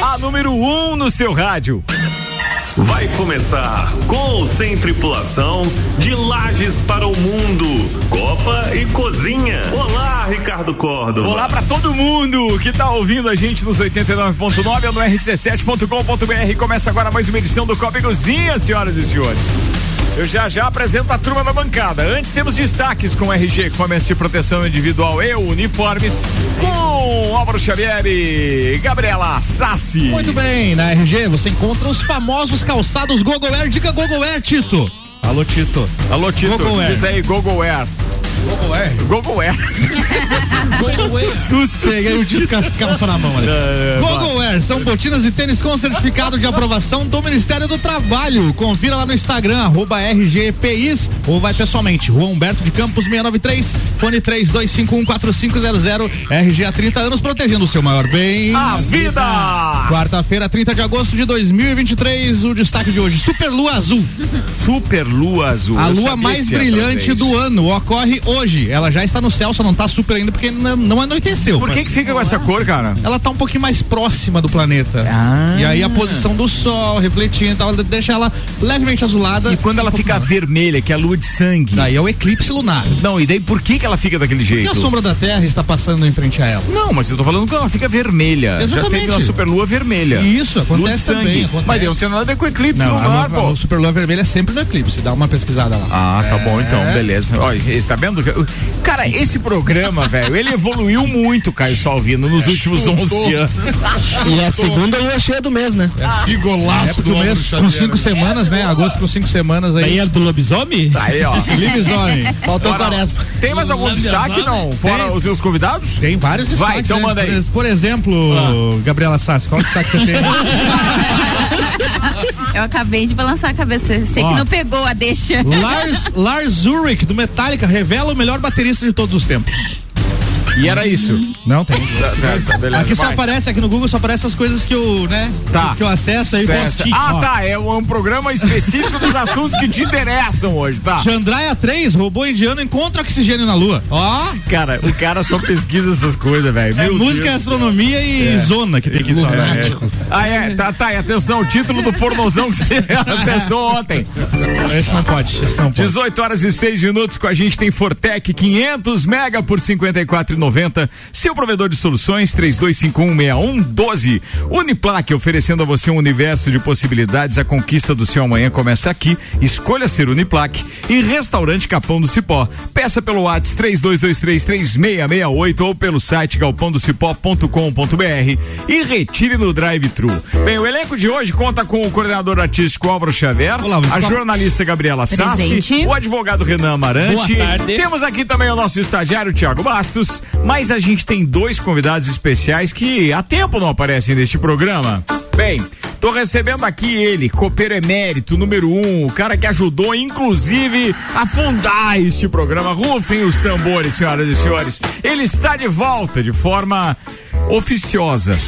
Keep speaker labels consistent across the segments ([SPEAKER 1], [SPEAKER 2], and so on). [SPEAKER 1] A número 1 um no seu rádio.
[SPEAKER 2] Vai começar com ou sem tripulação de Lages para o Mundo, Copa e Cozinha. Olá, Ricardo Cordo.
[SPEAKER 1] Olá para todo mundo que tá ouvindo a gente nos 89.9 ou no rc7.com.br. Começa agora mais uma edição do Copa e Cozinha, senhoras e senhores. Eu já já apresento a turma da bancada. Antes temos destaques com RG, equipamentos de proteção individual e uniformes, com Álvaro Xavier e Gabriela Sassi.
[SPEAKER 3] Muito bem, na RG você encontra os famosos calçados Gogoer. Diga Gogoer, Tito. Alô, Tito.
[SPEAKER 1] Alô, Tito.
[SPEAKER 3] Google Air.
[SPEAKER 1] Diz aí, Google Air.
[SPEAKER 3] Gogoer.
[SPEAKER 1] Google Air.
[SPEAKER 3] Gogoer.
[SPEAKER 1] Susto.
[SPEAKER 3] Peguei o Tito com a calça na mão, ali.
[SPEAKER 4] Ah,
[SPEAKER 1] É,
[SPEAKER 3] Google Air são botinas e tênis com certificado de aprovação do Ministério do Trabalho. Confira lá no Instagram, arroba RGPIs, ou vai pessoalmente, Rua Humberto de Campos 693, fone 32514500, RG há 30 anos, protegendo o seu maior bem.
[SPEAKER 1] A vida!
[SPEAKER 3] Quarta-feira, 30 de agosto de 2023, o destaque de hoje, Super Lua Azul.
[SPEAKER 1] Super lua azul.
[SPEAKER 3] A
[SPEAKER 1] Eu
[SPEAKER 3] lua
[SPEAKER 1] sabia
[SPEAKER 3] mais
[SPEAKER 1] que você ia
[SPEAKER 3] brilhante
[SPEAKER 1] trazer
[SPEAKER 3] do
[SPEAKER 1] isso.
[SPEAKER 3] ano ocorre hoje. Ela já está no céu, só não está super ainda porque n- não anoiteceu.
[SPEAKER 1] Por que que fica com essa cor, cara?
[SPEAKER 3] Ela está um pouquinho mais próxima do planeta.
[SPEAKER 1] Ah.
[SPEAKER 3] E aí a posição do sol, refletindo e tal, deixa ela levemente azulada.
[SPEAKER 1] E quando ela
[SPEAKER 3] Um pouco
[SPEAKER 1] fica
[SPEAKER 3] mais.
[SPEAKER 1] vermelha, que é a lua de sangue.
[SPEAKER 3] Daí é o eclipse lunar.
[SPEAKER 1] Não, e daí por que que ela fica daquele
[SPEAKER 3] E a
[SPEAKER 1] jeito?
[SPEAKER 3] sombra da Terra está passando em frente a ela.
[SPEAKER 1] Não, mas eu tô falando que ela fica vermelha. Já
[SPEAKER 3] Exatamente.
[SPEAKER 1] teve uma superlua vermelha.
[SPEAKER 3] E isso
[SPEAKER 1] Lua de
[SPEAKER 3] acontece
[SPEAKER 1] sangue.
[SPEAKER 3] também. Acontece.
[SPEAKER 1] Mas eu não tem nada a ver com eclipse
[SPEAKER 3] não, a,
[SPEAKER 1] lunar,
[SPEAKER 3] lua- a,
[SPEAKER 1] pô.
[SPEAKER 3] lua- superlua vermelha é sempre no eclipse. Dá uma pesquisada lá.
[SPEAKER 1] Ah, tá bom então,
[SPEAKER 3] É.
[SPEAKER 1] beleza. Ó, esse tá vendo? Cara, esse programa, velho, ele evoluiu muito, Caio Salvino, nos últimos 11 anos.
[SPEAKER 5] E é a segunda lua cheia do mês, né?
[SPEAKER 6] Que
[SPEAKER 3] É
[SPEAKER 6] golaço
[SPEAKER 3] porque
[SPEAKER 6] do
[SPEAKER 3] o
[SPEAKER 6] Álvaro
[SPEAKER 3] mês
[SPEAKER 6] Xavier.
[SPEAKER 3] com cinco semanas, né? Agosto com cinco semanas aí.
[SPEAKER 5] é do lobisomem?
[SPEAKER 1] Tá aí, é ó.
[SPEAKER 3] Limisoane.
[SPEAKER 5] Faltou
[SPEAKER 1] Bora lá.
[SPEAKER 5] quaresma.
[SPEAKER 1] Tem mais algum
[SPEAKER 5] Lambia
[SPEAKER 1] destaque,
[SPEAKER 5] Zame?
[SPEAKER 1] não? Fora
[SPEAKER 3] Tem.
[SPEAKER 1] os meus convidados?
[SPEAKER 3] Tem vários destaques.
[SPEAKER 1] Vai, então
[SPEAKER 3] né?
[SPEAKER 1] manda aí. Ah.
[SPEAKER 3] Por ex- Por, exemplo, Gabriela Sassi, qual destaque você tem?
[SPEAKER 7] Eu acabei de balançar a cabeça. Sei
[SPEAKER 3] Ó.
[SPEAKER 7] que não pegou a deixa.
[SPEAKER 3] Lars, Lars Zurich, do Metallica, revela o melhor baterista de todos os tempos.
[SPEAKER 1] E era isso.
[SPEAKER 3] Não tem.
[SPEAKER 1] Tá, tá, tá, beleza,
[SPEAKER 3] Aqui só
[SPEAKER 1] vai.
[SPEAKER 3] aparece, aqui no Google só aparece as coisas que eu, né?
[SPEAKER 1] Tá.
[SPEAKER 3] Que eu acesso aí.
[SPEAKER 1] Certo.
[SPEAKER 3] post-it.
[SPEAKER 1] Ah,
[SPEAKER 3] Ó,
[SPEAKER 1] tá. É um, é um programa específico dos assuntos que te interessam hoje, tá?
[SPEAKER 3] Chandraya 3, robô indiano encontra oxigênio na lua. Ó,
[SPEAKER 1] Cara, o cara só pesquisa essas coisas, velho.
[SPEAKER 3] é
[SPEAKER 1] Meu
[SPEAKER 3] música,
[SPEAKER 1] Deus. É.
[SPEAKER 3] astronomia e zona que tem que falar. né?
[SPEAKER 1] Ah, é, tá, tá, e atenção, o título do pornozão que você acessou ontem.
[SPEAKER 3] Esse não pode, esse não pode.
[SPEAKER 1] 18 horas e 6 minutos com a gente tem Fortec 500 mega por 54,90. Seu provedor de soluções 32516112. Uniplaque oferecendo a você um universo de possibilidades. A conquista do seu amanhã começa aqui. Escolha ser Uniplaque e Restaurante Capão do Cipó. Peça pelo WhatsApp 32233668 ou pelo site galpondocipó.com.br e retire no drive-thru. Bem, o elenco de hoje conta com o coordenador artístico Álvaro Xavier,
[SPEAKER 3] Olá, é
[SPEAKER 1] a
[SPEAKER 3] vamos falar-
[SPEAKER 1] jornalista Gabriela Sassi,
[SPEAKER 7] Presente.
[SPEAKER 1] o advogado Renan Amarante.
[SPEAKER 5] Boa tarde.
[SPEAKER 1] Temos aqui também o nosso estagiário Tiago Bastos, mas a gente tem dois convidados especiais que há tempo não aparecem neste programa. Bem, tô recebendo aqui ele, copeiro emérito, número um, o cara que ajudou, inclusive, a fundar este programa. Rufem os tambores, senhoras e senhores. Ele está de volta de forma oficiosa.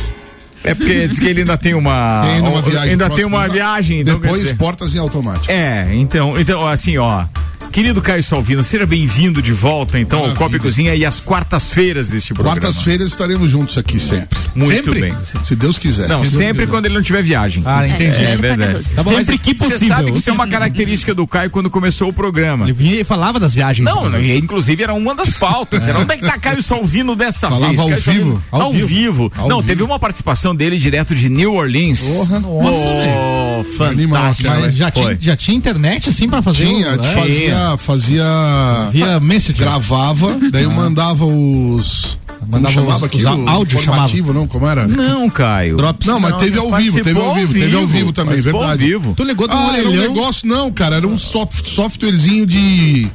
[SPEAKER 1] É porque diz que ele ainda tem uma.
[SPEAKER 6] Tem ainda uma viagem.
[SPEAKER 1] Ah, ainda tem
[SPEAKER 6] próxima,
[SPEAKER 1] uma
[SPEAKER 6] já-
[SPEAKER 1] viagem, então quer
[SPEAKER 6] Depois
[SPEAKER 1] dizer-
[SPEAKER 6] portas em automático.
[SPEAKER 1] é, então, então assim, ó. Querido Caio Salvino, seja bem-vindo de volta, então, ao
[SPEAKER 6] Maravilha.
[SPEAKER 1] Copa e Cozinha e às quartas-feiras deste programa. É,
[SPEAKER 6] Quartas-feiras estaremos juntos aqui sempre.
[SPEAKER 1] Muito
[SPEAKER 3] Sempre?
[SPEAKER 1] bem.
[SPEAKER 6] Se Deus quiser.
[SPEAKER 1] Não,
[SPEAKER 6] Se Deus
[SPEAKER 1] sempre
[SPEAKER 6] quiser.
[SPEAKER 1] quando ele não tiver viagem.
[SPEAKER 3] Ah, entendi.
[SPEAKER 1] é
[SPEAKER 7] ele paga
[SPEAKER 1] verdade.
[SPEAKER 7] doce.
[SPEAKER 3] Tá bom, mas
[SPEAKER 1] Sempre que
[SPEAKER 3] você
[SPEAKER 1] possível. Você sabe que isso é uma característica do Caio quando começou o programa.
[SPEAKER 3] Ele vinha e falava das viagens.
[SPEAKER 1] Não, não, e inclusive era uma das pautas. Era onde é que tá Caio Salvino dessa
[SPEAKER 6] Falava
[SPEAKER 1] vez?
[SPEAKER 6] ao
[SPEAKER 1] Caio Salvino-
[SPEAKER 6] vivo?
[SPEAKER 1] Ao,
[SPEAKER 3] Ao
[SPEAKER 1] vivo.
[SPEAKER 3] vivo.
[SPEAKER 6] Ao
[SPEAKER 1] não,
[SPEAKER 6] vivo.
[SPEAKER 1] teve uma participação dele direto de New Orleans.
[SPEAKER 6] Porra.
[SPEAKER 3] Nossa, velho.
[SPEAKER 1] oh,
[SPEAKER 6] Animal,
[SPEAKER 1] fantástico.
[SPEAKER 6] cara.
[SPEAKER 3] Mas já,
[SPEAKER 1] Foi.
[SPEAKER 3] tinha, já tinha internet assim
[SPEAKER 1] tá
[SPEAKER 3] pra fazer?
[SPEAKER 6] Tinha,
[SPEAKER 3] o-
[SPEAKER 1] né?
[SPEAKER 3] é?
[SPEAKER 6] fazia, fazia.
[SPEAKER 3] Via Messenger. Ah.
[SPEAKER 6] Gravava, daí eu mandava os. Como
[SPEAKER 3] Mandava os-
[SPEAKER 6] chamava aqui?
[SPEAKER 3] os á-
[SPEAKER 6] O
[SPEAKER 3] áudio
[SPEAKER 6] informativo, não? Como era?
[SPEAKER 1] Não, Caio.
[SPEAKER 3] Drops.
[SPEAKER 6] Não, mas teve ao
[SPEAKER 1] ele
[SPEAKER 6] vivo, teve ao
[SPEAKER 1] participou
[SPEAKER 6] vivo, teve ao vivo também, é
[SPEAKER 1] participou
[SPEAKER 6] verdade.
[SPEAKER 1] Ao vivo.
[SPEAKER 3] Tu ligou do
[SPEAKER 6] Ah, era um
[SPEAKER 3] orelhão.
[SPEAKER 6] negócio, não, cara. Era um soft, softwarezinho de.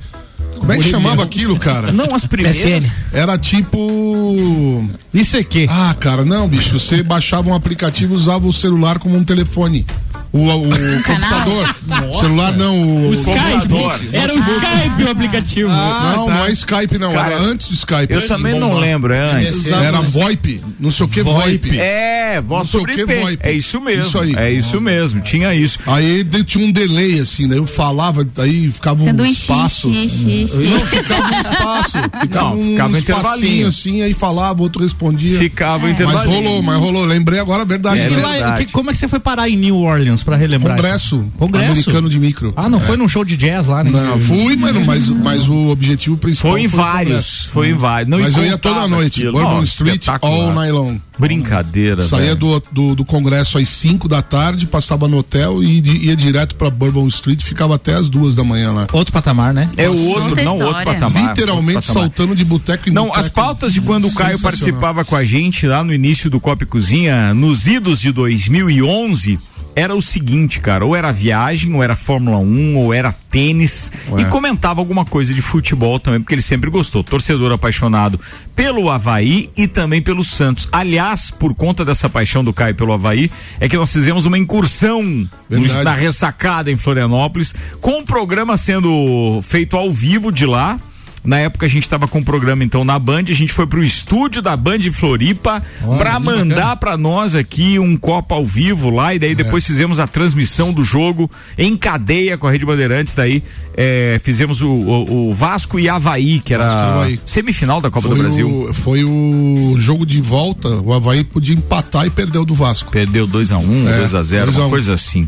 [SPEAKER 6] Como é que chamava aquilo, cara?
[SPEAKER 1] Não, as primeiras.
[SPEAKER 6] Era tipo.
[SPEAKER 3] Isso aqui.
[SPEAKER 6] Ah, cara, não, bicho. Você baixava um aplicativo e usava o celular como um telefone. O, o computador. Celular não. O, computador.
[SPEAKER 5] Skype. Era o Skype o aplicativo.
[SPEAKER 6] Não, não é Skype, não.
[SPEAKER 1] Ah, tá. Cara,
[SPEAKER 6] era antes do Skype.
[SPEAKER 1] Eu também não lembro, é antes.
[SPEAKER 6] Era VoIP. Não sei o que VoIP.
[SPEAKER 1] É, voz
[SPEAKER 6] sei o
[SPEAKER 1] sobre
[SPEAKER 6] que,
[SPEAKER 1] IP.
[SPEAKER 6] VoIP.
[SPEAKER 1] É isso mesmo.
[SPEAKER 6] Isso aí.
[SPEAKER 1] É isso mesmo, tinha isso.
[SPEAKER 6] Aí de- tinha um delay, assim, daí eu falava, aí ficava um
[SPEAKER 8] Sanduíche,
[SPEAKER 6] espaço. É.
[SPEAKER 8] xixi, xixi.
[SPEAKER 6] Não, ficava um espaço. Ficava,
[SPEAKER 1] Não,
[SPEAKER 6] um,
[SPEAKER 1] ficava um
[SPEAKER 6] espacinho
[SPEAKER 1] intervalinho.
[SPEAKER 6] assim, aí falava, outro respondia.
[SPEAKER 8] É.
[SPEAKER 1] Ficava o
[SPEAKER 6] mas
[SPEAKER 1] intervalo.
[SPEAKER 6] rolou, mas rolou. Lembrei agora a verdade.
[SPEAKER 1] É
[SPEAKER 6] né?
[SPEAKER 3] E lá,
[SPEAKER 1] verdade.
[SPEAKER 3] que- como é que você foi parar em New Orleans pra relembrar? isso?
[SPEAKER 6] Congresso,
[SPEAKER 3] Congresso?
[SPEAKER 6] americano de micro. É.
[SPEAKER 3] Ah, não foi num show de jazz lá, né?
[SPEAKER 6] Não, fui, mano, mas, mas o objetivo principal
[SPEAKER 1] Foi em
[SPEAKER 6] o Congresso.
[SPEAKER 1] vários, foi em vários. Não, e
[SPEAKER 6] Então Mas eu ia toda
[SPEAKER 1] contava
[SPEAKER 6] noite,
[SPEAKER 1] aquilo.
[SPEAKER 6] Bourbon
[SPEAKER 1] Ó,
[SPEAKER 6] Street all
[SPEAKER 1] espetacular.
[SPEAKER 6] night long.
[SPEAKER 1] Brincadeira,
[SPEAKER 6] Saía
[SPEAKER 1] velho.
[SPEAKER 6] do, do, do congresso às 5 da tarde, passava no hotel e di- ia direto pra Bourbon Street, ficava até as 2 da manhã lá.
[SPEAKER 3] Outro patamar, né?
[SPEAKER 1] É o
[SPEAKER 6] Nossa,
[SPEAKER 1] outro,
[SPEAKER 8] outra
[SPEAKER 1] não, outro
[SPEAKER 8] história.
[SPEAKER 1] patamar.
[SPEAKER 6] Literalmente
[SPEAKER 1] outro patamar.
[SPEAKER 6] saltando de boteco em
[SPEAKER 1] Não,
[SPEAKER 6] boteco.
[SPEAKER 1] as pautas de quando o Caio
[SPEAKER 6] Sensacional.
[SPEAKER 1] participava com a gente lá no início do Copa e Cozinha, nos idos de 2011, era o seguinte, cara, ou era viagem, ou era Fórmula 1, ou era tênis,
[SPEAKER 6] Ué.
[SPEAKER 1] e comentava alguma coisa de futebol também, porque ele sempre gostou, torcedor apaixonado pelo Havaí e também pelo Santos. Aliás, por conta dessa paixão do Caio pelo Havaí, é que nós fizemos uma incursão
[SPEAKER 6] Verdade.
[SPEAKER 1] no- na ressacada em Florianópolis, com o programa sendo feito ao vivo de lá. Na época a gente estava com o programa então na Band, a gente foi pro estúdio da Band de Floripa pra para mandar pra nós aqui um copo ao vivo lá e daí
[SPEAKER 6] É.
[SPEAKER 1] depois fizemos a transmissão do jogo em cadeia com a Rede Bandeirantes, daí eh, fizemos o, o- o Vasco e Havaí, que era
[SPEAKER 6] Vasco e Havaí.
[SPEAKER 1] semifinal da Copa
[SPEAKER 6] Foi
[SPEAKER 1] do Brasil.
[SPEAKER 6] O, foi o jogo de volta, o Havaí podia empatar e perdeu do Vasco.
[SPEAKER 1] Perdeu 2x1,
[SPEAKER 6] É,
[SPEAKER 1] 2x0,
[SPEAKER 6] dois a
[SPEAKER 1] uma
[SPEAKER 6] um.
[SPEAKER 1] coisa assim.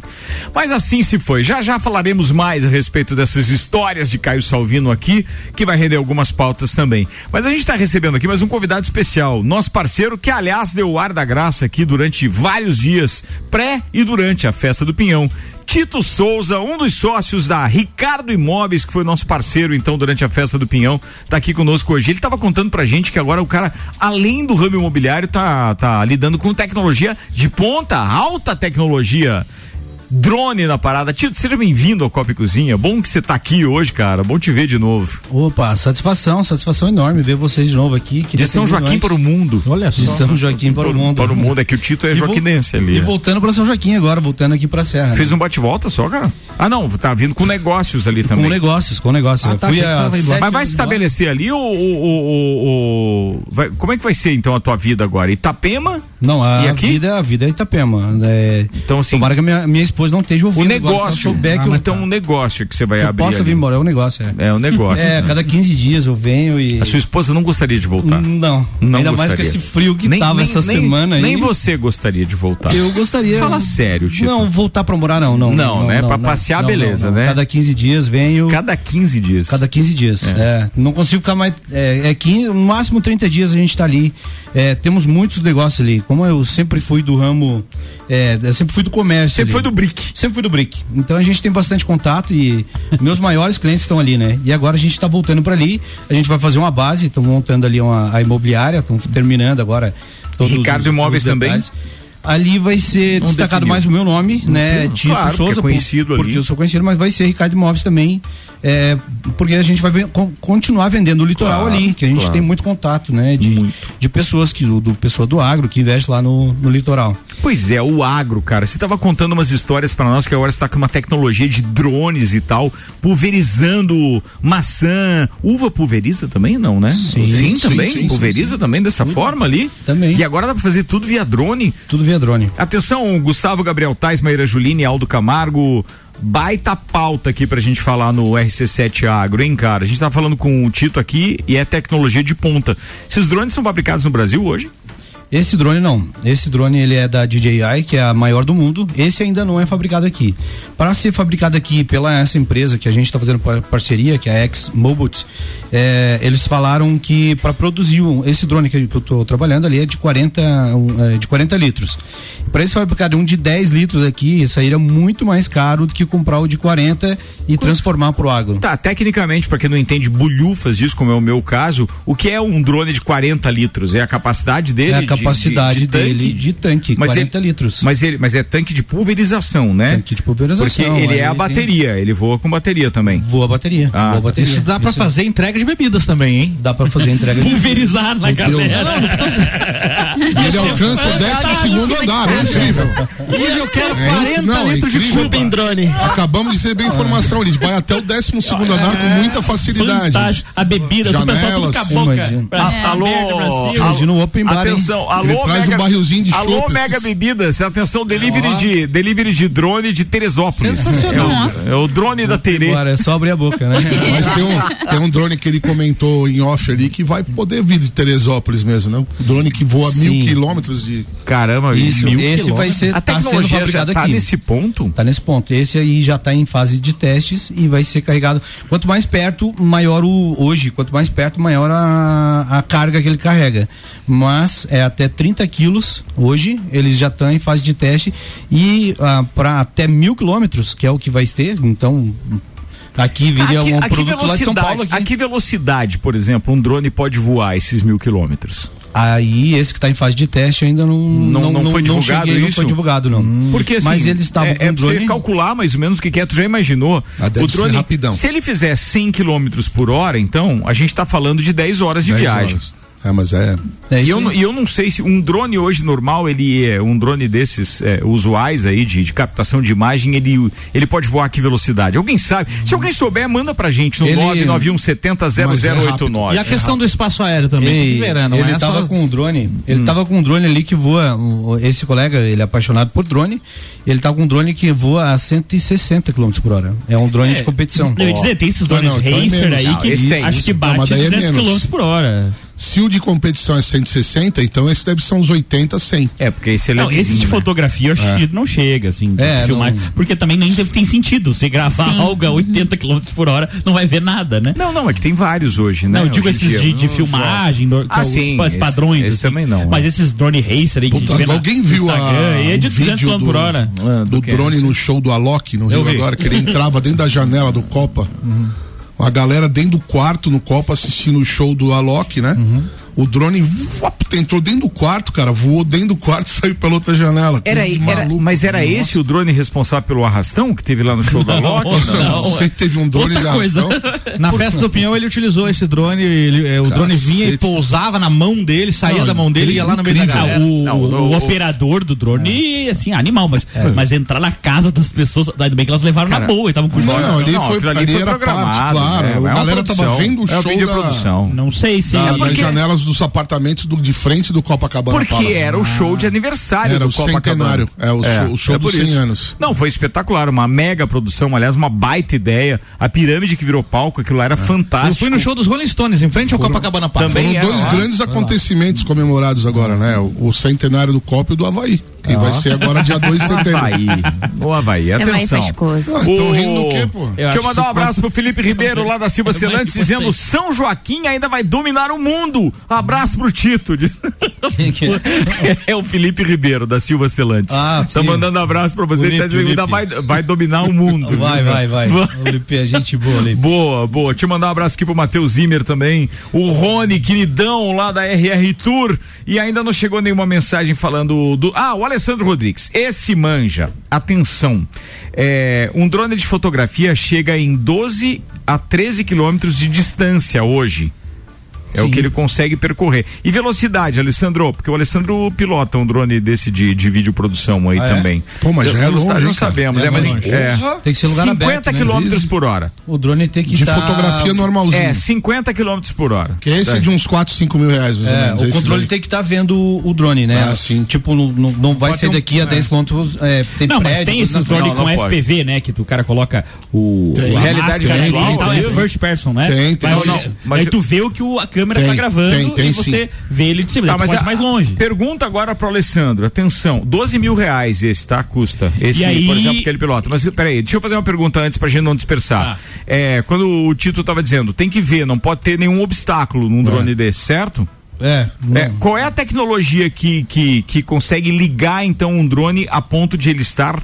[SPEAKER 1] Mas assim se foi. Já já falaremos mais a respeito dessas histórias de Caio Salvino aqui, que vai render algumas pautas também. Mas a gente está recebendo aqui mais um convidado especial, nosso parceiro, que aliás deu o ar da graça aqui durante vários dias, pré e durante a festa do Pinhão. Tito Souza, um dos sócios da Ricardo Imóveis, que foi nosso parceiro então durante a festa do Pinhão, tá aqui conosco hoje. Ele tava contando pra gente que agora o cara, além do ramo imobiliário, tá, tá lidando com tecnologia de ponta, alta tecnologia. Drone na parada. Tito, seja bem-vindo ao Copa e Cozinha. Bom que você tá aqui hoje, cara. Bom te ver de novo.
[SPEAKER 5] Opa, satisfação, satisfação enorme ver vocês de novo aqui. Queria
[SPEAKER 1] De
[SPEAKER 5] ter
[SPEAKER 1] São
[SPEAKER 5] vindo
[SPEAKER 1] Joaquim
[SPEAKER 5] antes.
[SPEAKER 1] para o mundo.
[SPEAKER 3] Olha
[SPEAKER 5] De São Joaquim um para o mundo.
[SPEAKER 1] Para o mundo. É que o Tito é
[SPEAKER 5] E vol-
[SPEAKER 1] joaquinense ali.
[SPEAKER 5] E voltando para São Joaquim agora, voltando aqui para Serra. né?
[SPEAKER 1] Fez um bate-volta só, cara? Ah, não. Tá vindo com negócios ali
[SPEAKER 5] Com
[SPEAKER 1] também.
[SPEAKER 5] negócios, com negócios. Eu
[SPEAKER 3] tá,
[SPEAKER 5] fui
[SPEAKER 3] achei que
[SPEAKER 5] a
[SPEAKER 3] tava indo lá.
[SPEAKER 5] sete
[SPEAKER 1] Mas vai
[SPEAKER 5] anos
[SPEAKER 1] se estabelecer ali ou. ou- ou- ou- vai- como é que vai ser então a tua vida agora? Itapema?
[SPEAKER 5] Não, a
[SPEAKER 1] E aqui?
[SPEAKER 5] vida, a vida é Itapema. É,
[SPEAKER 1] Então, assim,
[SPEAKER 5] tomara que a minha, minha esposa não esteja
[SPEAKER 1] O
[SPEAKER 5] ouvindo. agora, se
[SPEAKER 1] negócio.
[SPEAKER 5] ela souber que
[SPEAKER 1] Ah,
[SPEAKER 5] eu,
[SPEAKER 1] então, um negócio que você vai
[SPEAKER 5] que eu
[SPEAKER 1] abrir.
[SPEAKER 5] possa
[SPEAKER 1] ali.
[SPEAKER 5] vir embora, é um negócio. É,
[SPEAKER 1] É um negócio.
[SPEAKER 5] é
[SPEAKER 1] né?
[SPEAKER 5] cada 15 dias eu venho e.
[SPEAKER 1] A sua esposa não gostaria de voltar.
[SPEAKER 5] Não,
[SPEAKER 1] Não
[SPEAKER 5] ainda mais
[SPEAKER 1] gostaria.
[SPEAKER 5] com esse frio que
[SPEAKER 1] Nem-
[SPEAKER 5] tava
[SPEAKER 1] nem-
[SPEAKER 5] essa
[SPEAKER 1] nem-
[SPEAKER 5] semana aí.
[SPEAKER 1] Nem você gostaria de voltar.
[SPEAKER 5] Eu gostaria.
[SPEAKER 1] Fala sério, Tito.
[SPEAKER 5] Não, voltar pra morar não, não.
[SPEAKER 1] Não, né? Pra passear, beleza, né?
[SPEAKER 5] Cada 15 dias venho.
[SPEAKER 1] Cada 15 dias.
[SPEAKER 5] Cada 15 dias. é. não consigo ficar mais. É, é 15, no máximo 30 dias a gente está ali. É, temos muitos negócios ali. Como eu sempre fui do ramo. é, eu sempre fui do comércio.
[SPEAKER 1] Sempre
[SPEAKER 5] ali.
[SPEAKER 1] foi do BRIC.
[SPEAKER 5] Sempre fui do BRIC. Então a gente tem bastante contato e meus maiores clientes estão ali, né? E agora a gente está voltando para ali. A gente vai fazer uma base, estamos montando ali uma, a imobiliária, estamos terminando agora. todos
[SPEAKER 1] Ricardo
[SPEAKER 5] os-
[SPEAKER 1] Imóveis
[SPEAKER 5] os
[SPEAKER 1] também?
[SPEAKER 5] detalhes. Ali vai ser
[SPEAKER 1] Não
[SPEAKER 5] destacado
[SPEAKER 1] definiu.
[SPEAKER 5] mais o meu nome, né? Tito
[SPEAKER 1] Claro, porque é
[SPEAKER 5] Souza. por-
[SPEAKER 1] conhecido ali.
[SPEAKER 5] porque eu sou conhecido, mas vai ser Ricardo Imóveis também. é, porque a gente vai ven- con- continuar vendendo o litoral
[SPEAKER 1] Claro,
[SPEAKER 5] ali, que a gente
[SPEAKER 1] claro.
[SPEAKER 5] tem muito contato, né? De, de pessoas que, do, do pessoa do agro que investe lá no, no litoral.
[SPEAKER 1] Pois é, o agro, cara. Você tava contando umas histórias pra nós que agora você tá com uma tecnologia de drones e tal, pulverizando maçã. Uva pulveriza também, não, né? Sim,
[SPEAKER 6] sim,
[SPEAKER 1] também.
[SPEAKER 6] sim, sim,
[SPEAKER 1] pulveriza também dessa forma ali.
[SPEAKER 5] Também.
[SPEAKER 1] E agora dá pra fazer tudo via drone.
[SPEAKER 5] Tudo via drone.
[SPEAKER 1] Atenção, Gustavo Gabriel Tais, Maíra Juline, Aldo Camargo. Baita pauta aqui pra gente falar no RC7 Agro, hein, cara? A gente tá falando com o Tito aqui e é tecnologia de ponta. Esses drones são fabricados no Brasil hoje?
[SPEAKER 5] Esse drone não. Esse drone ele é da DJI, que é a maior do mundo. Esse ainda não é fabricado aqui. Para ser fabricado aqui pela essa empresa que a gente está fazendo par- parceria, que é a X Mobots, eles falaram que para produzir um- esse drone que eu estou trabalhando ali é de 40, um, é, de 40 litros. Para esse fabricado um de 10 litros aqui, sairia muito mais caro do que comprar o de 40 e transformar para o agro.
[SPEAKER 1] Tá, tecnicamente, pra quem não entende bolhufas disso, como é o meu caso, o que é um drone de 40 litros? É a capacidade dele
[SPEAKER 5] É a
[SPEAKER 1] de-
[SPEAKER 5] capacidade
[SPEAKER 1] de- de tanque?
[SPEAKER 5] dele de tanque,
[SPEAKER 1] Mas
[SPEAKER 5] 40
[SPEAKER 1] ele-
[SPEAKER 5] litros.
[SPEAKER 1] Mas, ele, mas é tanque de pulverização, né?
[SPEAKER 5] Tanque de pulverização,
[SPEAKER 1] Porque ele
[SPEAKER 5] aí
[SPEAKER 1] é a
[SPEAKER 5] tem-
[SPEAKER 1] bateria, ele voa com bateria também.
[SPEAKER 5] Voa a bateria.
[SPEAKER 1] Ah,
[SPEAKER 5] voa a bateria.
[SPEAKER 3] Isso dá pra
[SPEAKER 5] Isso
[SPEAKER 3] fazer entrega de bebidas também, hein?
[SPEAKER 5] Dá pra fazer entrega de
[SPEAKER 4] Pulverizar na galera.
[SPEAKER 3] Não, não precisa ser.
[SPEAKER 6] E ele alcança o décimo É segundo andar, é incrível.
[SPEAKER 4] Hoje eu quero
[SPEAKER 6] É,
[SPEAKER 4] 40
[SPEAKER 6] não, é
[SPEAKER 4] litros de
[SPEAKER 6] incrível,
[SPEAKER 4] chupa
[SPEAKER 6] cara.
[SPEAKER 4] em drone.
[SPEAKER 6] Acabamos de receber a informação, ele vai até o décimo segundo andar com muita facilidade.
[SPEAKER 4] Fantástico. A bebida, tu pessoal tudo
[SPEAKER 6] Janelas.
[SPEAKER 4] com a boca.
[SPEAKER 5] Imagina.
[SPEAKER 4] pra-
[SPEAKER 1] alô,
[SPEAKER 4] merda É, pra cima.
[SPEAKER 1] alô,
[SPEAKER 5] Imagina um open bar, hein?
[SPEAKER 1] atenção, alô,
[SPEAKER 6] Ele traz um barrilzinho de
[SPEAKER 1] alô,
[SPEAKER 6] chopp,
[SPEAKER 1] Mega
[SPEAKER 6] esses-
[SPEAKER 1] Bebidas,
[SPEAKER 5] É
[SPEAKER 1] atenção, delivery de, delivery de drone de Teresópolis.
[SPEAKER 7] Sensacional.
[SPEAKER 1] É o, é o drone da Tere.
[SPEAKER 5] Agora, é só abrir a boca, né?
[SPEAKER 6] Mas tem um, tem um drone que ele comentou em off ali que vai poder vir de Teresópolis mesmo, né? Um drone que voa
[SPEAKER 5] Sim.
[SPEAKER 6] mil quilômetros de.
[SPEAKER 1] Caramba,
[SPEAKER 5] Isso,
[SPEAKER 1] mil
[SPEAKER 5] esse
[SPEAKER 1] quilômetros.
[SPEAKER 5] vai ser-
[SPEAKER 1] A
[SPEAKER 5] tá sendo
[SPEAKER 1] tecnologia já
[SPEAKER 5] fabricada
[SPEAKER 1] tá
[SPEAKER 5] aqui.
[SPEAKER 1] nesse ponto?
[SPEAKER 5] Tá nesse ponto. Esse aí já tá em fase de testes e vai ser carregado. Quanto mais perto, maior o hoje. Quanto mais perto, maior a, a carga que ele carrega. Mas é até 30 quilos hoje. Ele já tá em fase de teste e para até mil quilômetros, que é o que vai ter. Então aqui viria
[SPEAKER 1] Aqui-
[SPEAKER 5] um
[SPEAKER 1] a que
[SPEAKER 5] produto lá de São Paulo.
[SPEAKER 1] velocidade-
[SPEAKER 5] Aqui.
[SPEAKER 1] A que velocidade, por exemplo, um drone pode voar esses mil quilômetros?
[SPEAKER 5] Aí esse que tá em fase de teste ainda não
[SPEAKER 1] Não- não foi divulgado
[SPEAKER 5] cheguei, não
[SPEAKER 1] isso?
[SPEAKER 5] foi divulgado não.
[SPEAKER 1] Porque assim,
[SPEAKER 5] Hum, mas eles estavam
[SPEAKER 1] é,
[SPEAKER 5] com
[SPEAKER 1] é
[SPEAKER 5] um
[SPEAKER 1] pra você
[SPEAKER 5] drone.
[SPEAKER 1] calcular mais ou menos o que, que é, tu já imaginou.
[SPEAKER 6] Ah, deve
[SPEAKER 1] o drone,
[SPEAKER 6] ser rapidão.
[SPEAKER 1] se ele fizer 100 km por hora, então, a gente tá falando de 10 horas de
[SPEAKER 6] 10
[SPEAKER 1] viagem.
[SPEAKER 6] horas. É, mas é.
[SPEAKER 5] É
[SPEAKER 1] E
[SPEAKER 5] isso
[SPEAKER 1] eu,
[SPEAKER 5] aí.
[SPEAKER 1] não- e eu não sei se um drone hoje normal, ele é um drone desses é, usuais aí de, de captação de imagem, ele, ele pode voar a que velocidade? Alguém sabe? Se alguém souber, manda pra gente no
[SPEAKER 5] Ele-
[SPEAKER 1] 991 70 0089.
[SPEAKER 3] E a
[SPEAKER 6] É
[SPEAKER 3] questão do espaço aéreo também. tem que
[SPEAKER 5] Ei,
[SPEAKER 3] ver, né? Não
[SPEAKER 5] ele
[SPEAKER 3] é
[SPEAKER 5] tava
[SPEAKER 3] só-
[SPEAKER 5] com um drone,
[SPEAKER 1] Hum.
[SPEAKER 5] ele tava com um drone ali que voa, um, esse colega, ele é apaixonado por drone, ele tava com um drone que voa a 160 km por hora. É um drone de competição.
[SPEAKER 4] Eu ia dizer, tem esses drones
[SPEAKER 6] Não, não, então é
[SPEAKER 4] racer
[SPEAKER 6] menos.
[SPEAKER 4] aí
[SPEAKER 1] Não,
[SPEAKER 4] que
[SPEAKER 1] esse tem.
[SPEAKER 4] acho que
[SPEAKER 6] Não, mas
[SPEAKER 4] bate
[SPEAKER 6] daí é
[SPEAKER 4] 200
[SPEAKER 6] menos.
[SPEAKER 4] km por hora.
[SPEAKER 6] Se o de competição é 160, então esse deve ser uns É. 80, 100.
[SPEAKER 1] É, porque esse é
[SPEAKER 4] Não, esse de
[SPEAKER 1] levezinho, né?
[SPEAKER 4] fotografia eu acho que não chega, assim, de
[SPEAKER 5] É,
[SPEAKER 4] filmar.
[SPEAKER 5] não-
[SPEAKER 4] Porque também nem deve- tem sentido. Você gravar algo a 80 km por hora, não vai ver nada, né?
[SPEAKER 1] Não, não, é que tem vários hoje, né?
[SPEAKER 4] Não, eu digo
[SPEAKER 1] Hoje em
[SPEAKER 4] esses
[SPEAKER 1] dia.
[SPEAKER 4] de, de
[SPEAKER 1] Não,
[SPEAKER 4] filmagem, do, que
[SPEAKER 1] Ah,
[SPEAKER 4] é os
[SPEAKER 1] sim,
[SPEAKER 4] pa-
[SPEAKER 1] esse-
[SPEAKER 4] padrões. assim.
[SPEAKER 1] esse também não,
[SPEAKER 4] Mas
[SPEAKER 1] é.
[SPEAKER 4] esses drone racer aí
[SPEAKER 6] Puta,
[SPEAKER 4] que vê na-
[SPEAKER 6] alguém
[SPEAKER 4] no
[SPEAKER 6] viu a,
[SPEAKER 4] Instagram, aí é de
[SPEAKER 6] o
[SPEAKER 4] 200
[SPEAKER 6] vídeo
[SPEAKER 4] km por hora.
[SPEAKER 1] Ah,
[SPEAKER 6] do,
[SPEAKER 1] que é
[SPEAKER 6] drone
[SPEAKER 1] esse?
[SPEAKER 6] no show do Alok no
[SPEAKER 4] Eu
[SPEAKER 6] Rio
[SPEAKER 4] vi. Uhum.
[SPEAKER 6] agora, que ele entrava dentro da janela do Copa. A galera dentro do quarto no Copa assistindo o show do Alok, né?
[SPEAKER 4] Uhum.
[SPEAKER 6] O drone vuap, entrou dentro do quarto, cara, voou dentro do quarto e saiu pela outra janela.
[SPEAKER 1] Era,
[SPEAKER 6] Coisa de
[SPEAKER 1] era-
[SPEAKER 6] maluco.
[SPEAKER 1] mas era esse o drone responsável pelo arrastão que teve lá no show da Loki?
[SPEAKER 6] Não,
[SPEAKER 4] Não,
[SPEAKER 6] sei que teve um drone
[SPEAKER 4] outra
[SPEAKER 6] da
[SPEAKER 4] coisa.
[SPEAKER 6] ação.
[SPEAKER 3] Na festa do Pinhão ele utilizou esse drone, ele- eh, o drone vinha e
[SPEAKER 6] Cacete.
[SPEAKER 3] pousava na mão dele, saía
[SPEAKER 6] Não,
[SPEAKER 3] da mão dele e ia lá no meio da
[SPEAKER 6] incrível.
[SPEAKER 4] Ah,
[SPEAKER 3] galera.
[SPEAKER 4] o,
[SPEAKER 1] Não,
[SPEAKER 4] o-
[SPEAKER 1] o-
[SPEAKER 4] o operador do drone, assim, animal, mas, mas entrar na casa das pessoas, ainda bem que elas levaram
[SPEAKER 1] Cara,
[SPEAKER 4] na boa e estavam curtindo.
[SPEAKER 6] Não, não, ali
[SPEAKER 1] Não,
[SPEAKER 6] foi,
[SPEAKER 1] aquilo ali
[SPEAKER 6] ali
[SPEAKER 1] foi
[SPEAKER 6] era parte,
[SPEAKER 1] programado,
[SPEAKER 6] claro.
[SPEAKER 1] né? É
[SPEAKER 6] A
[SPEAKER 1] uma
[SPEAKER 6] galera
[SPEAKER 1] produção,
[SPEAKER 6] tava vendo o
[SPEAKER 1] é o
[SPEAKER 6] show
[SPEAKER 1] vídeo
[SPEAKER 6] da,
[SPEAKER 1] produção.
[SPEAKER 4] Não sei se.
[SPEAKER 6] da-
[SPEAKER 4] É porque-
[SPEAKER 6] das janelas dos apartamentos do- de frente do Copacabana
[SPEAKER 1] Porque
[SPEAKER 6] Palace.
[SPEAKER 1] era o show
[SPEAKER 4] Ah.
[SPEAKER 1] de aniversário
[SPEAKER 6] Era
[SPEAKER 1] do
[SPEAKER 6] o
[SPEAKER 1] Copacabana.
[SPEAKER 6] centenário, é, o show- o show
[SPEAKER 1] por
[SPEAKER 6] dos 100
[SPEAKER 1] isso.
[SPEAKER 6] anos.
[SPEAKER 1] Não, foi espetacular, uma mega produção, aliás, uma baita ideia. A pirâmide que virou palco, aquilo lá
[SPEAKER 6] É.
[SPEAKER 1] era fantástico.
[SPEAKER 3] Eu fui no show dos Rolling Stones, em frente ao Copacabana Park.
[SPEAKER 1] Também
[SPEAKER 6] Foram
[SPEAKER 1] era
[SPEAKER 6] dois
[SPEAKER 1] lá.
[SPEAKER 6] grandes acontecimentos comemorados agora, né? O, o centenário do Copa e do Havaí. Que vai ser agora dia 2 de setembro.
[SPEAKER 1] Havaí. O Havaí,
[SPEAKER 6] é
[SPEAKER 7] Você vai
[SPEAKER 1] atenção.
[SPEAKER 7] frescoso.
[SPEAKER 6] Ah, tão rindo do quê, pô?
[SPEAKER 1] Deixa eu mandar um abraço pro Felipe Ribeiro lá da Silva
[SPEAKER 4] Era mais
[SPEAKER 1] Celantes
[SPEAKER 4] que
[SPEAKER 1] dizendo
[SPEAKER 4] gostei.
[SPEAKER 1] São Joaquim ainda vai dominar o mundo. Abraço pro Tito. diz. é o Felipe Ribeiro da Silva Celantes.
[SPEAKER 5] Ah,
[SPEAKER 1] tá
[SPEAKER 5] sim.
[SPEAKER 1] mandando abraço pra você. Ele tá
[SPEAKER 5] Felipe,
[SPEAKER 1] dizendo que ainda vai,
[SPEAKER 5] Felipe.
[SPEAKER 1] vai dominar o mundo.
[SPEAKER 5] Vai, vai, vai. Olimpia, gente boa ali.
[SPEAKER 1] Boa, boa. Deixa eu mandar um abraço aqui pro Matheus Zimmer também. O Rony, queridão lá da RR Tour. E ainda não chegou nenhuma mensagem falando do. Ah, o Alessandro Rodrigues. Esse manja. Atenção. É, um drone de fotografia chega em 12 a 13 quilômetros de distância hoje. É o
[SPEAKER 5] Sim.
[SPEAKER 1] que ele consegue percorrer. E velocidade, Alessandro? Porque o Alessandro pilota um drone desse de, de videoprodução aí
[SPEAKER 5] Ah, é?
[SPEAKER 1] também.
[SPEAKER 6] Pô, mas já é
[SPEAKER 1] Velocidade
[SPEAKER 6] longe,
[SPEAKER 1] não
[SPEAKER 6] hein, cara?
[SPEAKER 1] sabemos,
[SPEAKER 5] Já
[SPEAKER 1] é,
[SPEAKER 5] é
[SPEAKER 1] mas
[SPEAKER 5] longe.
[SPEAKER 1] é,
[SPEAKER 6] Porra.
[SPEAKER 5] Tem que ser lugar
[SPEAKER 1] 50
[SPEAKER 5] aberto, né?
[SPEAKER 1] quilômetros por hora.
[SPEAKER 5] O drone tem que
[SPEAKER 6] De
[SPEAKER 5] tá-
[SPEAKER 6] fotografia normalzinho.
[SPEAKER 1] É, 50 km por hora. Tá.
[SPEAKER 6] Que é esse de uns 4, 5 mil reais, mais ou
[SPEAKER 5] É,
[SPEAKER 6] menos,
[SPEAKER 5] o
[SPEAKER 6] esse
[SPEAKER 5] controle
[SPEAKER 6] daí.
[SPEAKER 5] tem que estar vendo o, o drone, né?
[SPEAKER 6] Ah, sim.
[SPEAKER 5] Tipo, não, não, não vai
[SPEAKER 1] Pode
[SPEAKER 5] sair
[SPEAKER 1] ter um-
[SPEAKER 5] daqui
[SPEAKER 1] é.
[SPEAKER 5] a 10 quilômetros. É, tem
[SPEAKER 4] Não, mas
[SPEAKER 5] prédio,
[SPEAKER 4] tem
[SPEAKER 5] coisa
[SPEAKER 4] esses
[SPEAKER 5] na-
[SPEAKER 4] drones
[SPEAKER 1] não,
[SPEAKER 4] com
[SPEAKER 1] não pode.
[SPEAKER 4] FPV, né? Que tu- o cara coloca o.
[SPEAKER 6] Tem.
[SPEAKER 4] a
[SPEAKER 1] Realidade
[SPEAKER 4] máscara
[SPEAKER 6] virtual,
[SPEAKER 4] e tal, é
[SPEAKER 6] tem.
[SPEAKER 4] first person, né?
[SPEAKER 6] Tem, tem.
[SPEAKER 4] Vai,
[SPEAKER 6] Não,
[SPEAKER 1] não, mas
[SPEAKER 4] Aí
[SPEAKER 1] eu-
[SPEAKER 4] tu vê o que o- a câmera
[SPEAKER 6] Tem,
[SPEAKER 4] tá gravando
[SPEAKER 6] tem, tem,
[SPEAKER 4] e você
[SPEAKER 6] sim.
[SPEAKER 4] vê ele de cima. Tá, mas pode
[SPEAKER 1] a-
[SPEAKER 4] mais longe.
[SPEAKER 1] Pergunta agora pro Alessandro. Atenção, 12 mil reais esse, tá? Custa. Esse,
[SPEAKER 4] E aí-
[SPEAKER 1] por exemplo, que é ele pilota. Mas peraí, deixa eu fazer uma pergunta antes pra gente não
[SPEAKER 4] Tá.
[SPEAKER 1] dispersar. É, quando o Tito tava dizendo, tem que ver, não pode ter nenhum obstáculo num drone desse, certo?
[SPEAKER 5] É, não-
[SPEAKER 1] É, qual é a tecnologia que, que, que consegue ligar então um drone a ponto de ele estar